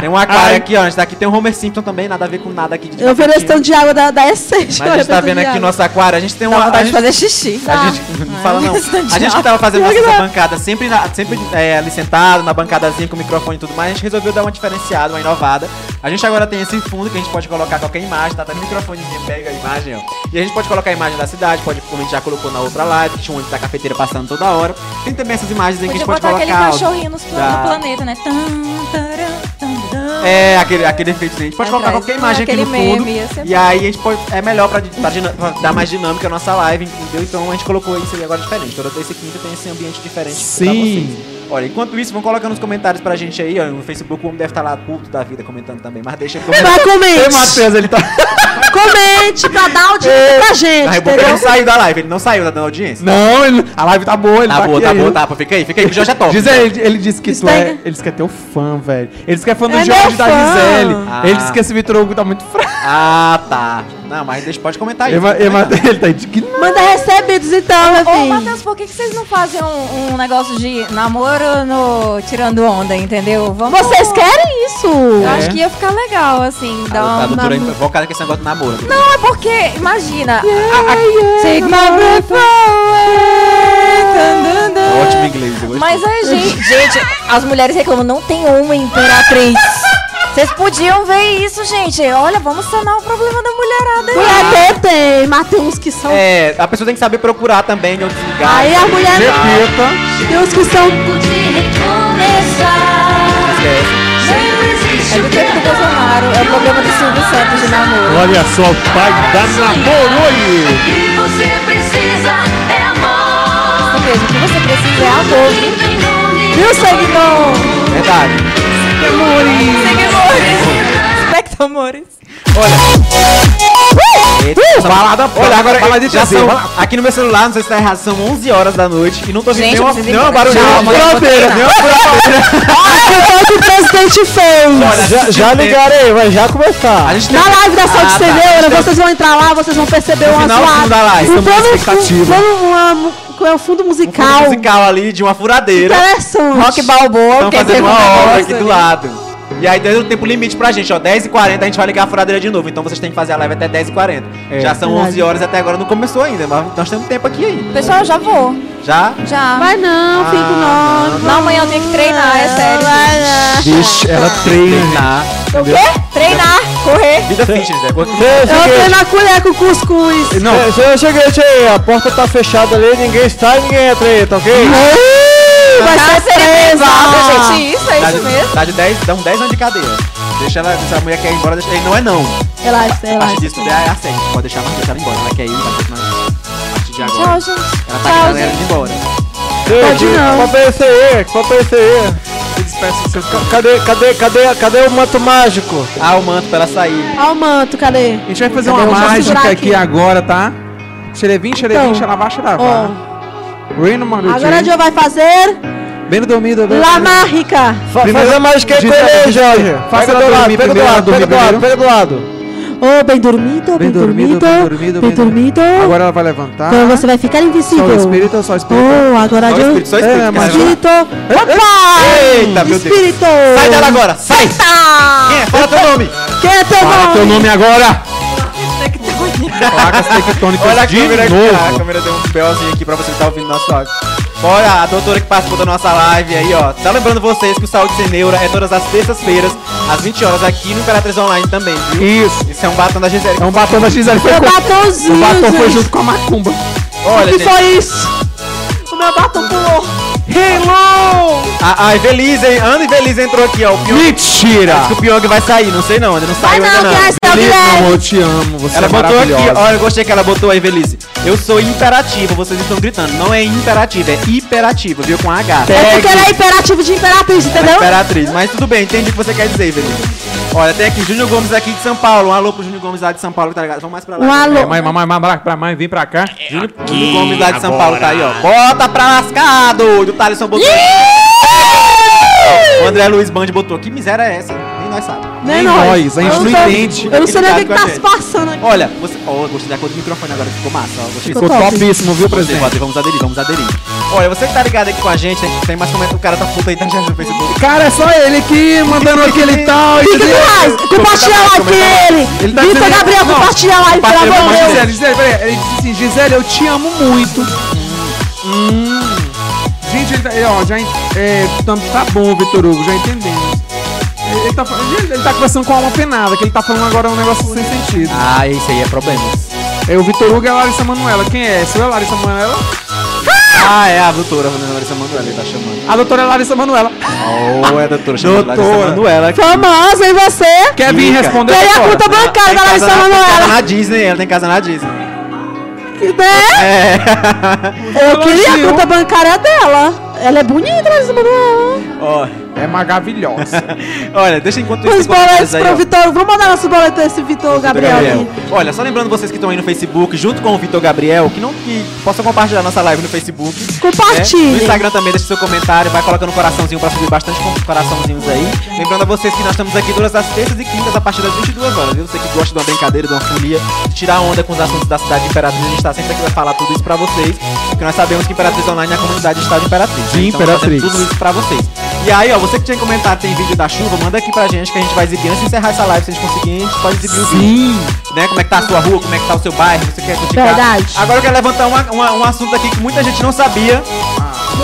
Tem um aquário aqui, ó. A gente tá aqui. Tem um Homer Simpson também, nada a ver com nada aqui. de-
Eu vi esse tanto de água da, da Essence.
Mas a gente tá vendo aqui o nosso aquário. A gente tem
Dá
uma... a
vontade de
gente-
fazer xixi.
A gente (laughs) não fala não. A gente que tava fazendo nossa bancada sempre, na- sempre é, ali sentado, na bancadazinha com o microfone e tudo mais, a gente resolveu dar uma diferenciada, uma inovada. A gente agora tem esse fundo que a gente pode colocar qualquer imagem, tá? Tá no microfonezinho, pega a imagem, ó. E a gente pode colocar a imagem da cidade, pode, como a gente já colocou na outra live, tinha um ônibus da cafeteira passando toda hora. Tem também essas imagens aí que a
Podia
gente pode
botar aquele
colocar. áudio.
cachorrinho nos plan-
Dá.
no planeta, né? Tum, taram, tum, tum.
É, aquele, aquele efeito, a gente pode
Atrás.
colocar qualquer imagem aqui
Ah,
no
Aquele
fundo.
meme, ia ser
e aí a gente pode. É melhor pra, pra dina- pra dar mais dinâmica a nossa live, entendeu? Então a gente colocou isso aí agora diferente. Toda terça e quinta tem esse ambiente diferente pra
Sim.
vocês. Olha, enquanto isso, vão colocando nos comentários pra gente aí, tá
(laughs)
ó. No Facebook o homem deve estar lá puto da vida comentando também, mas deixa ele comentar.
Vai comer.
Matheus, ele tá...
Comente pra dar audiência pra gente,
Aí o Boca
entendeu?
não saiu da live, é ele não saiu da da audiência.
(laughs) Não, ele- a live tá boa, ele
Tá boa,
aqui
tá
ainda.
boa, tá boa. Fica aí, fica aí, que o Jorge é top.
Diz aí, ele, ele disse que tu é.
Estega.
Ele disse que é teu fã, velho. Ele disse que é fã do
É meu
Jorge da
fã.
Gisele.
Ah.
Ele disse que esse Vitor Hugo tá muito fraco.
Ah, tá. Não, mas deixa, pode comentar aí.
Eu ma- eu matei- ele tá indignado.
Manda recebidos então, meu
É. Ô,
filho.
Matheus, por que, que vocês não fazem um, um negócio de namoro no Tirando Onda, entendeu? Vamos...
Vocês querem isso?
Eu acho que ia ficar legal, assim, dar
A, a
uma...
doutora é invocada com esse negócio de namoro.
Não, é porque, imagina... a- a- Take
Yeah,
my breath away... tan, tan, tan.
Ótimo inglês, eu gostei.
Mas a gente, gente, as mulheres reclamam, não tem uma imperatriz. Vocês podiam ver isso, gente. Olha, vamos sanar o problema da mulherada aí.
Mulher tem, tem, mas tem uns que são.
É, a pessoa tem que saber procurar também de outros lugares.
Aí a mulher
Repita.
tem uns que são.
É do tempo do Bolsonaro, é o problema do Silvio Santos de namoro.
Olha só, o pai da namoro aí.
Isso mesmo, o que você precisa é amor.
Viu, seguidor?
Verdade.
Respecta, amores.
Uh,
Eita, essa-
Balada
Olha, agora
fala
eu-
de
já
TZ,
são,
vai lá.
aqui no meu celular, não sei se tá errado, são 11 horas da noite e não tô
Gente,
vendo nenhuma,
vocês
nenhuma
encontram-
barulheira.
Calma, eu vou terminar.
O que o presidente fez?
Olha,
Já, já ligaram aí, vai já começar.
A gente tem
Na live da Saúde
Ah, tá.
Cerveira, vocês vão entrar lá, vocês vão perceber uma
final do fundo da live,
Um
tem uma
plano,
expectativa.
plano, uma, mu- qual é o fundo musical.
um musical ali de uma furadeira.
Interessante.
Rock Balboa,
Estão
quer
fazendo
dizer,
uma
um
obra
negócio
aqui do
ali.
lado. E aí deu um tempo limite pra gente, ó. 10h40 a gente vai ligar a furadeira de novo. Então vocês têm que fazer a live até 10h40. Já são
É. Verdade.
11 horas e até agora não começou ainda, mas nós temos tempo aqui ainda.
Pessoal, eu já vou.
Já?
Já.
Vai não, fico
Ah,
não.
Não, amanhã eu tenho que treinar, é sério.
Vai não.
Vixe, ela treina.
Treinar.
O quê? Treinar, correr.
Vida fitness, né? Porque-
Ei,
Eu
seguinte,
treino a colher com cuscuz.
Não,
É, Chega, chega, chega aí, a porta tá fechada ali, ninguém sai, ninguém entra aí, tá ok?
Vai
Ah,
ser presa.
privada, gente, isso, é
Tá
isso mesmo.
de, tá de 10, dão 10 anos de cadeia. Deixa ela, se a mulher quer ir embora, deixa. Ele não é não.
Relaxa,
A partir
relaxa.
disso, é a série. Pode deixar, mas deixar ela embora. Ela quer ir, vai ter que A partir de agora.
Tchau, gente.
Ela tá
Tchau,
aqui, ela
gente.
ir embora.
Pode
não.
Copa esse aí, copa esse aí. Ca- Cadê, cadê, cadê, cadê o manto mágico?
Ah, o manto pra ela sair.
Ó o manto, cadê?
A gente vai fazer
Cadê?
uma
Vamos
mágica
segurar
aqui.
aqui.
agora, tá? Xerevim, xerevim,
Então.
xeravá, xeravá.
Ó.
Reino, mano.
é
Agora a gente vai fazer
Bem no dormido. bem no
La
dormido.
Marrica.
Fa
Primeiro-
faz a mágica aí com
Diz-
ele aí,
diz-
Jorge.
faça
pega do
ela
lado,
dormir
pega do
primeiro, ela
lado, pega do
dormir
lado, pega do lado.
Ô, Oh, bem dormido, bem dormido, bem dormido.
Agora ela vai levantar.
Então você vai então. ficar
Só o
invisível.
espírito, só o espírito.
Oh, agora
Só o
de
espírito, só o espírito.
É,
que tá ela vai-
mas-
Espírito. Opa!
Eita, meu Deus.
Espírito.
Sai dela agora, sai! Quem é? Fala teu nome!
Quem é teu
Fala teu
nome?
nome agora! Placas tectônicas
Olha a
de
câmera aqui, a
novo.
câmera deu um belzinho aqui pra você que tá ouvindo nosso áudio. Olha, a doutora que participou da nossa live aí, ó. Só lembrando vocês que o Saúde Sem Neura é todas as terças-feiras, às 20 horas, aqui no Imperatriz Online também, viu?
Isso.
Isso é um batom da Gisele.
É um batom da Gisele. Foi
Meu
com...
batomzinho,
O batom foi
gente.
junto com a macumba.
Olha,
O que
gente,
foi isso? O meu batom pulou.
Hello!
a, a Ah, Evelise, hein? Ana Evelise entrou aqui, ó. O Pyong,
Mentira!
Diz que o Pyong vai sair, não sei não, ainda não
Vai
saiu ainda
não,
não.
quem é esse? É o
Feliz, meu
Guilherme.
amor, eu te amo. Você
Ela
é
botou aqui,
maravilhosa.
ó, eu gostei que ela botou aí, Evelise. Eu sou imperativa, vocês estão gritando. Não é imperativa, é hiperativa, viu? Com H.
É porque é ele é imperativo de imperatriz,
é
entendeu?
Imperatriz, mas tudo bem, entendi o que você quer dizer, Evelise. Olha, tem aqui Júnior Gomes aqui de São Paulo. Um alô pro Júnior Gomes lá de São Paulo, tá ligado? Vamos mais pra lá.
Um alô.
Mãe, mamãe, mamãe, pra mãe, vem pra cá.
Júnior, Júnior Gomes lá de São Paulo tá aí, ó. Bota pra lascar, doido. O Thaleson botou. O André Luiz Band botou. Que miséria é essa? Nem nós sabemos.
Nem
Nem nós, a gente
é Eu
não
sei-
entende.
Eu não sei nem o que, que tá
Fica
se
ligado com a
passando aqui.
Olha, você. Ó, gostei da cor do microfone agora, ficou massa, ó. Gostei.
Ficou
top.
topíssimo, viu,
Gostei,
presidente?
Rodrigo, vamos aderir, vamos aderir. é. Olha, você que tá ligado aqui com a gente, tem- tem mais comentário. O cara tá puto aí, tá já no Facebook.
Cara, é só ele aqui, mandando aquele tal.
O que que
entendeu?
faz? Compartilha a live com tá ele.
Ele tá
Vitor
dizendo-
Gabriel,
Não,
compartilha a live, pelo
Parceiro,
amor
mas
de Deus.
Gisele, Gisele, peraí. Ele disse assim, Gisele, eu te amo muito. Hum. Gente, ele tá, ele, ó, já, en- é, tam- tá bom, Vitor Hugo, já entendemos. Ele, ele tá, fa- ele- ele tá conversando com a alma penada, que ele tá falando agora um negócio sem sentido.
Ah, isso aí é problema.
É o Vitor Hugo e a Larissa Manuela. Quem é? Sou eu, Larissa Manuela?
Ah, é a doutora, a Larissa Manoela, tá chamando.
A doutora Larissa Manuela.
Oh, é a doutora, tá chamando Larissa
Doutora.
Manoela.
Famosa, hein, você?
Quer vir
Fica.
responder?
Tem a
Agora? né?
conta bancária
Tem
da
casa
Larissa
na- tem casa
Manoela.
na Disney, ela tem casa na Disney.
Né?
É.
Eu queria a
elogio.
conta bancária dela. Ela é bonita, Larissa Manoela.
Ó,
É maravilhosa.
Olha, deixa enquanto
Os
isso enquanto
boletos
vocês aí,
pro
ó.
Vitor. Vamos mandar nosso boleto pra esse Vitor Gabriel,
Gabriel.
aqui.
Olha, só lembrando vocês que estão aí no Facebook, junto com o Vitor Gabriel, que não que possam compartilhar nossa live no Facebook.
Compartilhe.
né? No Instagram também, deixa seu comentário, vai colocando um coraçãozinho pra subir bastante com coraçãozinhos aí. Lembrando a vocês que nós estamos aqui todas as terças e quintas a partir das 22 horas, viu? Você que gosta de uma brincadeira, de uma folia, de tirar onda com os assuntos da cidade de Imperatriz, a gente tá sempre aqui pra falar tudo isso pra vocês, porque nós sabemos que Imperatriz Online é a comunidade digital de Imperatriz.
Sim,
então, nós fazemos
Imperatriz.
Tudo isso pra vocês. E aí, ó, você que tinha comentado, tem vídeo da chuva, manda aqui pra gente que a gente vai exibir antes de encerrar essa live, se a gente conseguir, a gente pode exibir o vídeo
Sim.
né? Como é que tá a sua rua, como é que tá o seu bairro, você quer criticar.
Verdade.
Agora eu quero levantar uma- uma- um assunto aqui que muita gente não sabia.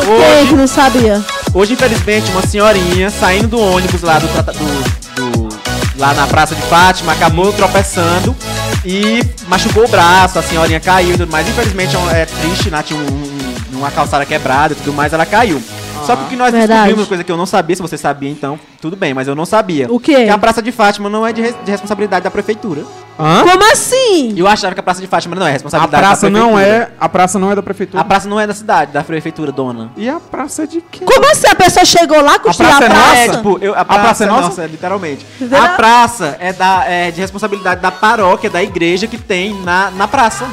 Quem é que
Hoje,
não sabia?
hoje, infelizmente, uma senhorinha saindo do ônibus lá do, trata- do- do- lá na Praça de Fátima acabou tropeçando e machucou o braço, a senhorinha caiu e tudo mais. Infelizmente é, um- é triste, né? Tinha um- um- uma calçada quebrada e tudo mais, ela caiu. Só que o que nós
Verdade.
descobrimos, coisa que eu não sabia, se você sabia então, tudo bem, mas eu não sabia.
O quê?
Que a Praça de Fátima não é de res- de responsabilidade da prefeitura.
Hã?
Como assim?
Eu achava que a Praça de Fátima não é
A
responsabilidade
praça
da prefeitura.
não é. A praça não é da prefeitura.
A praça não é da cidade, da prefeitura, dona.
E a praça é de quem?
Como assim? A pessoa chegou lá, construiu a
praça é
praça?
É, tipo, eu- a, praça é nossa, literalmente.
Verdade.
A praça é, da, é de responsabilidade da paróquia, da igreja que tem na, na praça.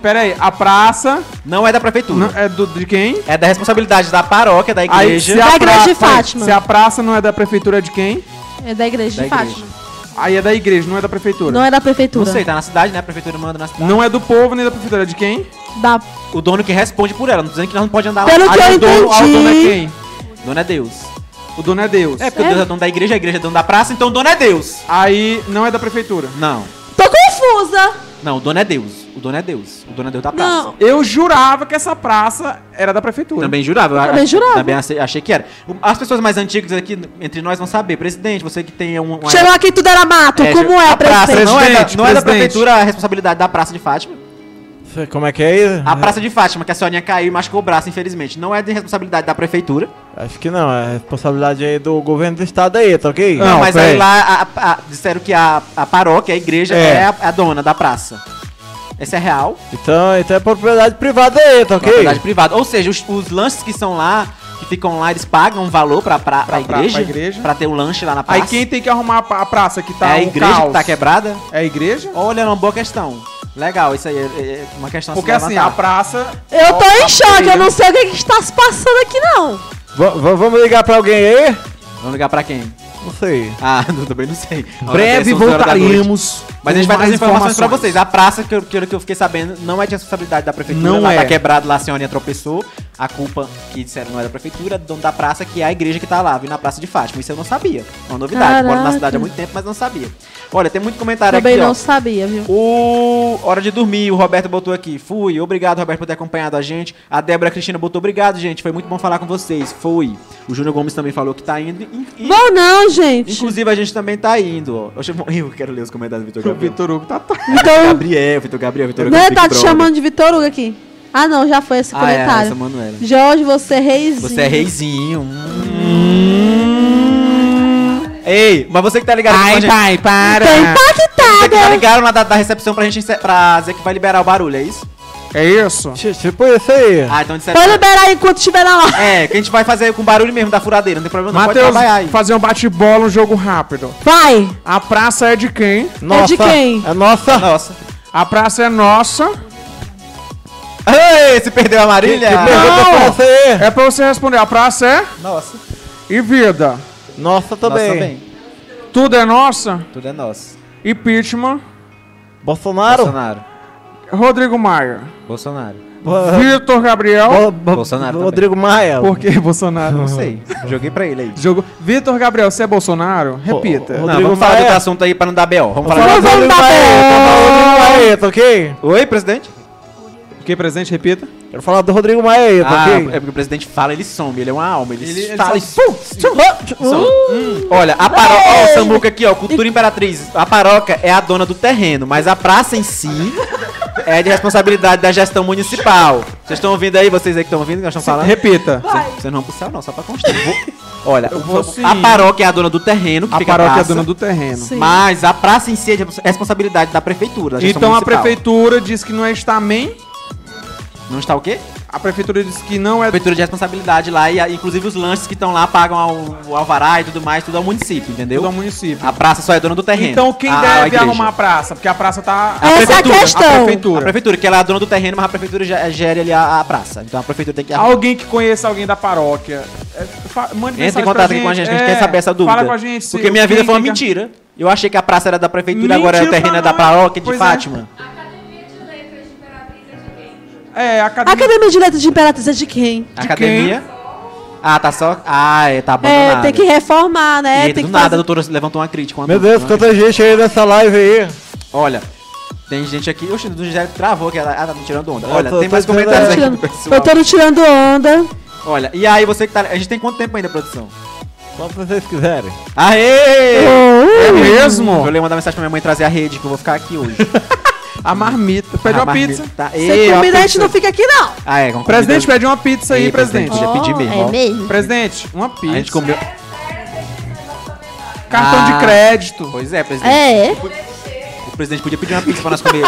Pera aí, a praça
Não é da prefeitura.
não- é do, de quem?
É da responsabilidade da paróquia, da igreja.
Da igreja
peraí,
de Fátima.
Se a praça não é da prefeitura, é de quem?
É da igreja
Da
de
igreja.
Fátima.
Aí é da igreja, não é da prefeitura.
Não é da
Não
prefeitura.
sei, tá na cidade, né? A prefeitura manda na cidade.
Não é do povo nem da prefeitura, é de quem?
Da...
O dono que responde por ela, não tô dizendo que nós não pode andar
Pelo
lá.
que
Aí
eu
o dono, ah, o dono é
entendi.
quem?
O dono é Deus.
O dono é Deus.
É, porque Deus é dono da igreja, a igreja é dono da praça, então o dono é Deus.
Aí não é da prefeitura.
Não.
Tô confusa.
Não, o dono é Deus. O dono é Deus. O dono é Deus da praça.
Não.
Eu jurava que essa praça era da prefeitura.
Também jurava. eu
Também
ach-
jurava.
Também ace- achei que era. O- As pessoas mais antigas aqui, entre nós, vão saber. Presidente, você que tem um... uma-
Chegou aqui tudo era mato.
É,
Como é,
a praça
prefeito?
não é, da,
Presidente,
não é da
presidente.
prefeitura a responsabilidade da Praça de Fátima.
Cê- Como é que é isso?
A Praça de Fátima, que a senhorinha caiu e machucou o braço, infelizmente, não é de responsabilidade da prefeitura.
Acho que não, é responsabilidade aí do governo do estado aí, tá ok?
Não,
mas
peraí.
aí lá a- a- a- disseram que a, a paróquia, a igreja, é,
É.
a, a dona da praça. Esse é real.
Então, então é propriedade privada aí, tá ok?
Propriedade privada. Ou seja, os, os lanches que são lá, que ficam lá, eles pagam um valor pra, pra, pra,
Pra- pra-
igreja,
pra
pra
igreja.
ter o lanche lá na praça.
Aí quem tem que arrumar a pa- a praça que tá
é a
um
igreja
caos?
que tá quebrada?
É a igreja?
Olha, é uma boa questão. Legal, isso aí é, é uma questão a se
Porque assim, a
levantar.
praça...
Eu tô em choque. Eu
Prefeitura.
não sei o que, que está se passando aqui, não.
Va- va- vamos ligar pra alguém aí?
Vamos ligar pra quem?
Não sei.
Ah, (laughs) não, também não sei. Olha,
Breve
são onze horas da noite.
voltaremos.
Mas a gente
com
vai trazer
mais
informações pra vocês. A praça, que eu, que eu- que eu fiquei sabendo, não é de responsabilidade da prefeitura.
Não
lá
é.
tá quebrado, lá a senhorinha tropeçou. A culpa, que disseram, não é da prefeitura, é do dono da praça, que é a igreja que tá lá, viu, na Praça de Fátima. Isso eu não sabia. É uma novidade. Eu Moro na
Caraca.
cidade há muito tempo, mas não sabia. Olha, tem muito comentário
Também
aqui,
não
ó.
sabia, viu?
O Hora de Dormir, o Roberto botou aqui. Fui, obrigado, Roberto, por ter acompanhado a gente. A Débora Cristina botou obrigado, gente. Foi muito bom falar com vocês. Fui. O Júnior Gomes também falou que tá indo. In- in-
Bom não, gente.
inclusive, a gente também tá indo. ó. Eu, chamo- (laughs) eu quero ler os comentários do Vitor
O
Gabriel.
Vitor Hugo tá... tá-
(laughs)
Então,
Gabriel, Vitor Gabriel, Vitor
né,
Gabriel,
tá
Big
te
Brother.
chamando de Vitor Hugo aqui. Ah, não, já foi esse
Ah, é, essa é a
comentário.
Manuela.
Jorge, você é reizinho.
Você é reizinho. Hum. Ei, mas você que tá ligado aqui com a
Ai,
gente-
pai, para.
Tô
Você que
impactada.
tá ligado na da, da recepção pra gente encer- pra dizer que vai liberar o barulho, é isso?
É isso?
Ti- Tipo isso aí.
Ah, então disseram.
Vou liberar enquanto estiver na live.
É, que a gente vai fazer com barulho mesmo da furadeira, não tem problema, não pode
Matheus,
trabalhar aí.
fazer um bate-bola, um jogo rápido.
Vai.
A praça é de quem?
Nossa,
de quem?
É nossa.
Nossa.
A praça é nossa.
Ei, se perdeu a Marília?
Que pergunta
É. Não.
pra você aí.
É pra você responder. A praça é
Nossa.
e vida.
Nossa
Nossa
também.
também.
Tudo é nossa.
Tudo é nosso.
Impeachment.
Bolsonaro?
Bolsonaro.
Rodrigo Maia.
Bolsonaro.
Bo-
Vitor Gabriel.
Bo- Bo-
Bolsonaro também.
Rodrigo Maia.
Por que Bolsonaro?
Não sei. Joguei pra ele aí.
Jogo. Vitor Gabriel, você é Bolsonaro? Repita.
ô, ô,
Não,
Rodrigo
vamos falar de
Maia.
outro assunto aí pra não dar B.O. Vamos Ah. falar de...
Fala do Rodrigo Maia. tá bom, Rodrigo Maia, tá ok?
Oi, presidente?
Fiquei presente, repita.
Quero falar do Rodrigo Maia aí, tá
Ah,
ok?
é porque o presidente fala, ele some, ele é uma alma, ele,
Ele- ele
fala e
some.
pum, some. Hum. Olha, a paróquia, ó, o Samuca aqui, ó, Cultura Imperatriz, a paróquia é a dona do terreno, mas a praça em si é de responsabilidade da gestão municipal. Vocês estão ouvindo aí, vocês aí que estão ouvindo, que nós estamos falando?
Repita.
Vocês não vão pro céu não, só pra constar. Eu vou- Olha,
Eu vou
o-
sim.
a paróquia é a dona do terreno, que
A
fica
paróquia é
praça,
dona do terreno.
Sim.
mas a praça em si é de responsabilidade da prefeitura, da gestão
Então a
municipal.
prefeitura diz que não é estamen.
Não está o quê?
A prefeitura disse que não é.
Prefeitura de responsabilidade lá, e a- inclusive os lanches que estão lá pagam ao, o alvará e tudo mais, tudo ao município, entendeu?
do município.
A praça só é dona do terreno.
Então quem
A- a
deve
igreja.
arrumar a praça? Porque a praça tá.
A
Essa é a
prefeitura, a
questão.
A
A
prefeitura.
prefeitura, que ela é a dona do terreno, mas a prefeitura já- é, gere ali a, a praça. Então a prefeitura tem que arrumar.
Alguém que conheça alguém da paróquia. É, fa-
Entra
mande mensagem
em
pra
contato aqui com a gente, que a gente
é,
quer saber essa dúvida.
Fala com a gente. se-
Porque minha vida
quem
foi uma
fica-
mentira. Eu achei que a praça era da prefeitura,
Mentira
agora é o
pra
terreno é da
nós.
paróquia de
Pois é.
Fátima.
É, a
A
academia.
Academia de Letras de Imperatriz é de quem?
Academia. Ah, tá só. Ah, é, tá abandonado.
É, tem que reformar, né?
e,
tem
do
que
nada a
fazer-
doutora levantou uma crítica. uma
Meu
dúvida,
Deus,
uma
quanta gente aí nessa live aí.
Olha, tem gente aqui. Oxe, o José travou que ela. Ah, tá me tirando onda.
Eu
Olha,
tô-
tem
tô
mais
tirando-
comentários aqui do
Tirando-
pessoal.
Eu tô no tirando onda.
Olha, e aí você que tá. A gente tem quanto tempo ainda, produção?
Quanto vocês quiserem.
Aê!
É
Eu
mesmo?
vou mandar mensagem pra minha mãe trazer a rede, que eu vou ficar aqui hoje.
A marmita. Pede
A
uma
marmita.
pizza.
Tá. Ei,
Sem
ó,
comida a gente
pizza.
não fica aqui, não.
Ah, é, com
Presidente,
comida-
pede uma pizza aí,
Ei,
presidente.
Já pedi mesmo. ó.
é mesmo.
Presidente, uma pizza.
A gente comeu.
Cartão
Ah.
de crédito.
Pois é, presidente.
É.
O presidente podia pedir uma pizza pra nós comer.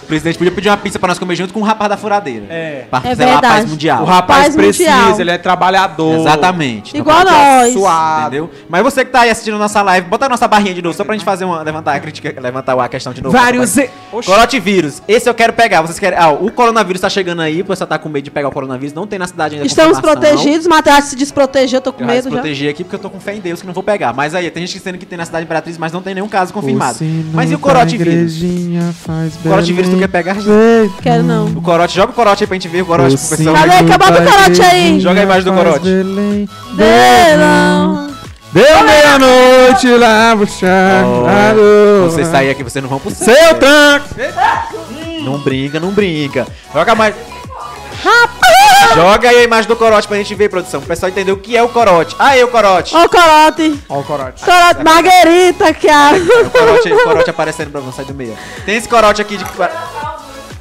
o presidente podia pedir uma pizza pra nós comer junto com o rapaz da furadeira.
É.
Parcelar a paz
verdade.
mundial.
O rapaz
Paz
precisa,
mundial.
ele é trabalhador.
Exatamente. Então,
Igual nós.
Suado.
Entendeu? Mas você que tá aí assistindo nossa live, bota a nossa barrinha de novo, só pra gente fazer uma. levantar a crítica, levantar a questão de novo.
Vários.
Rapaz.
E... Oxi.
Coronavírus, esse eu quero pegar. Vocês querem. Ah, o coronavírus tá chegando aí, o pessoal tá com medo de pegar o coronavírus. Não tem na cidade ainda.
Estamos
confirmação.
protegidos, Matheus se desprotegeu, eu tô com
Eu já
medo já.
proteger aqui porque eu tô com fé em Deus que não vou pegar. Mas aí, tem gente que dizendo que tem na cidade Imperatriz, mas não tem nenhum caso confirmado. Mas e o coronavírus? O coronavírus tu quer pegar?
Quero não.
O corote, joga o corote aí pra gente ver tá o corote pro pessoal.
Cadê? Cadê? Bota o corote aí.
Joga a imagem do corote.
Verão.
Deu meia-noite lá, buchado.
Oh, Você sair aqui, você não vão pro céu.
Seu tanque.
Não brinca, não brinca. Joga mais. Joga aí a imagem do corote pra gente ver, produção. O pessoal entender o que é o corote. Aí, o corote.
Ô, corote.
Ó o corote.
Corote, Marguerita, que a...
O um corote, o corote aparecendo pra você do meio. Tem esse corote aqui de.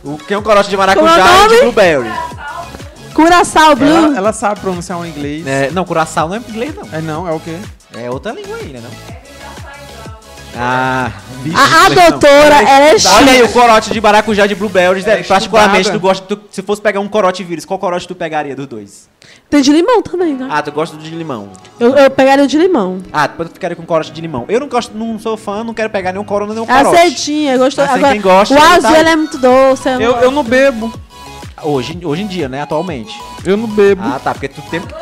O que é um corote de
Como é o
maracujá e de
nome?
blueberry?
Curaçao Blue.
Ela, ela sabe pronunciar o inglês. É.
É, não, curaçal não é inglês, não.
não, é o quê?
É outra língua aí, né? Não? Ah, bicho,
A, a
inglês não.
doutora, ela é
Olha aí
chique.
o corote de maracujá de blueberries.
Ela é
É, particularmente,
estudada.
tu gosta. tu- se fosse pegar um corote vírus, qual corote tu pegaria dos dois?
Tem de limão também, né?
Ah, tu gosta do de limão.
Eu, eu pegaria o de limão.
Ah, depois tu ficaria com corote de limão. Eu não gosto, não sou fã, não quero pegar nenhum corona, nenhum
É
corote.
aceitinha, gostou.
Mas tem
Agora,
quem gosta,
o
ele
azul
tá-
ele é muito doce. Eu,
Eu, eu não bebo.
Hoje, hoje em dia, né? Atualmente.
Eu não bebo.
Ah, tá. Porque do tempo.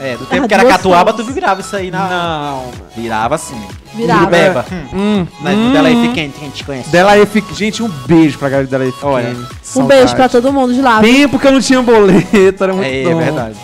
É, do tempo
Ah,
que era
duas
catuaba, tu
horas.
virava isso aí na.
Não.
Virava assim.
Virava.
Beba.
Hum.
Mas hum. dela aí fica quente, que a gente conhece.
Dela aí fica. Gente, um beijo pra galera dela aí.
Olha,
Um beijo pra todo mundo de lá.
Tempo que eu não tinha boleto, era muito
É,
bom.
é verdade.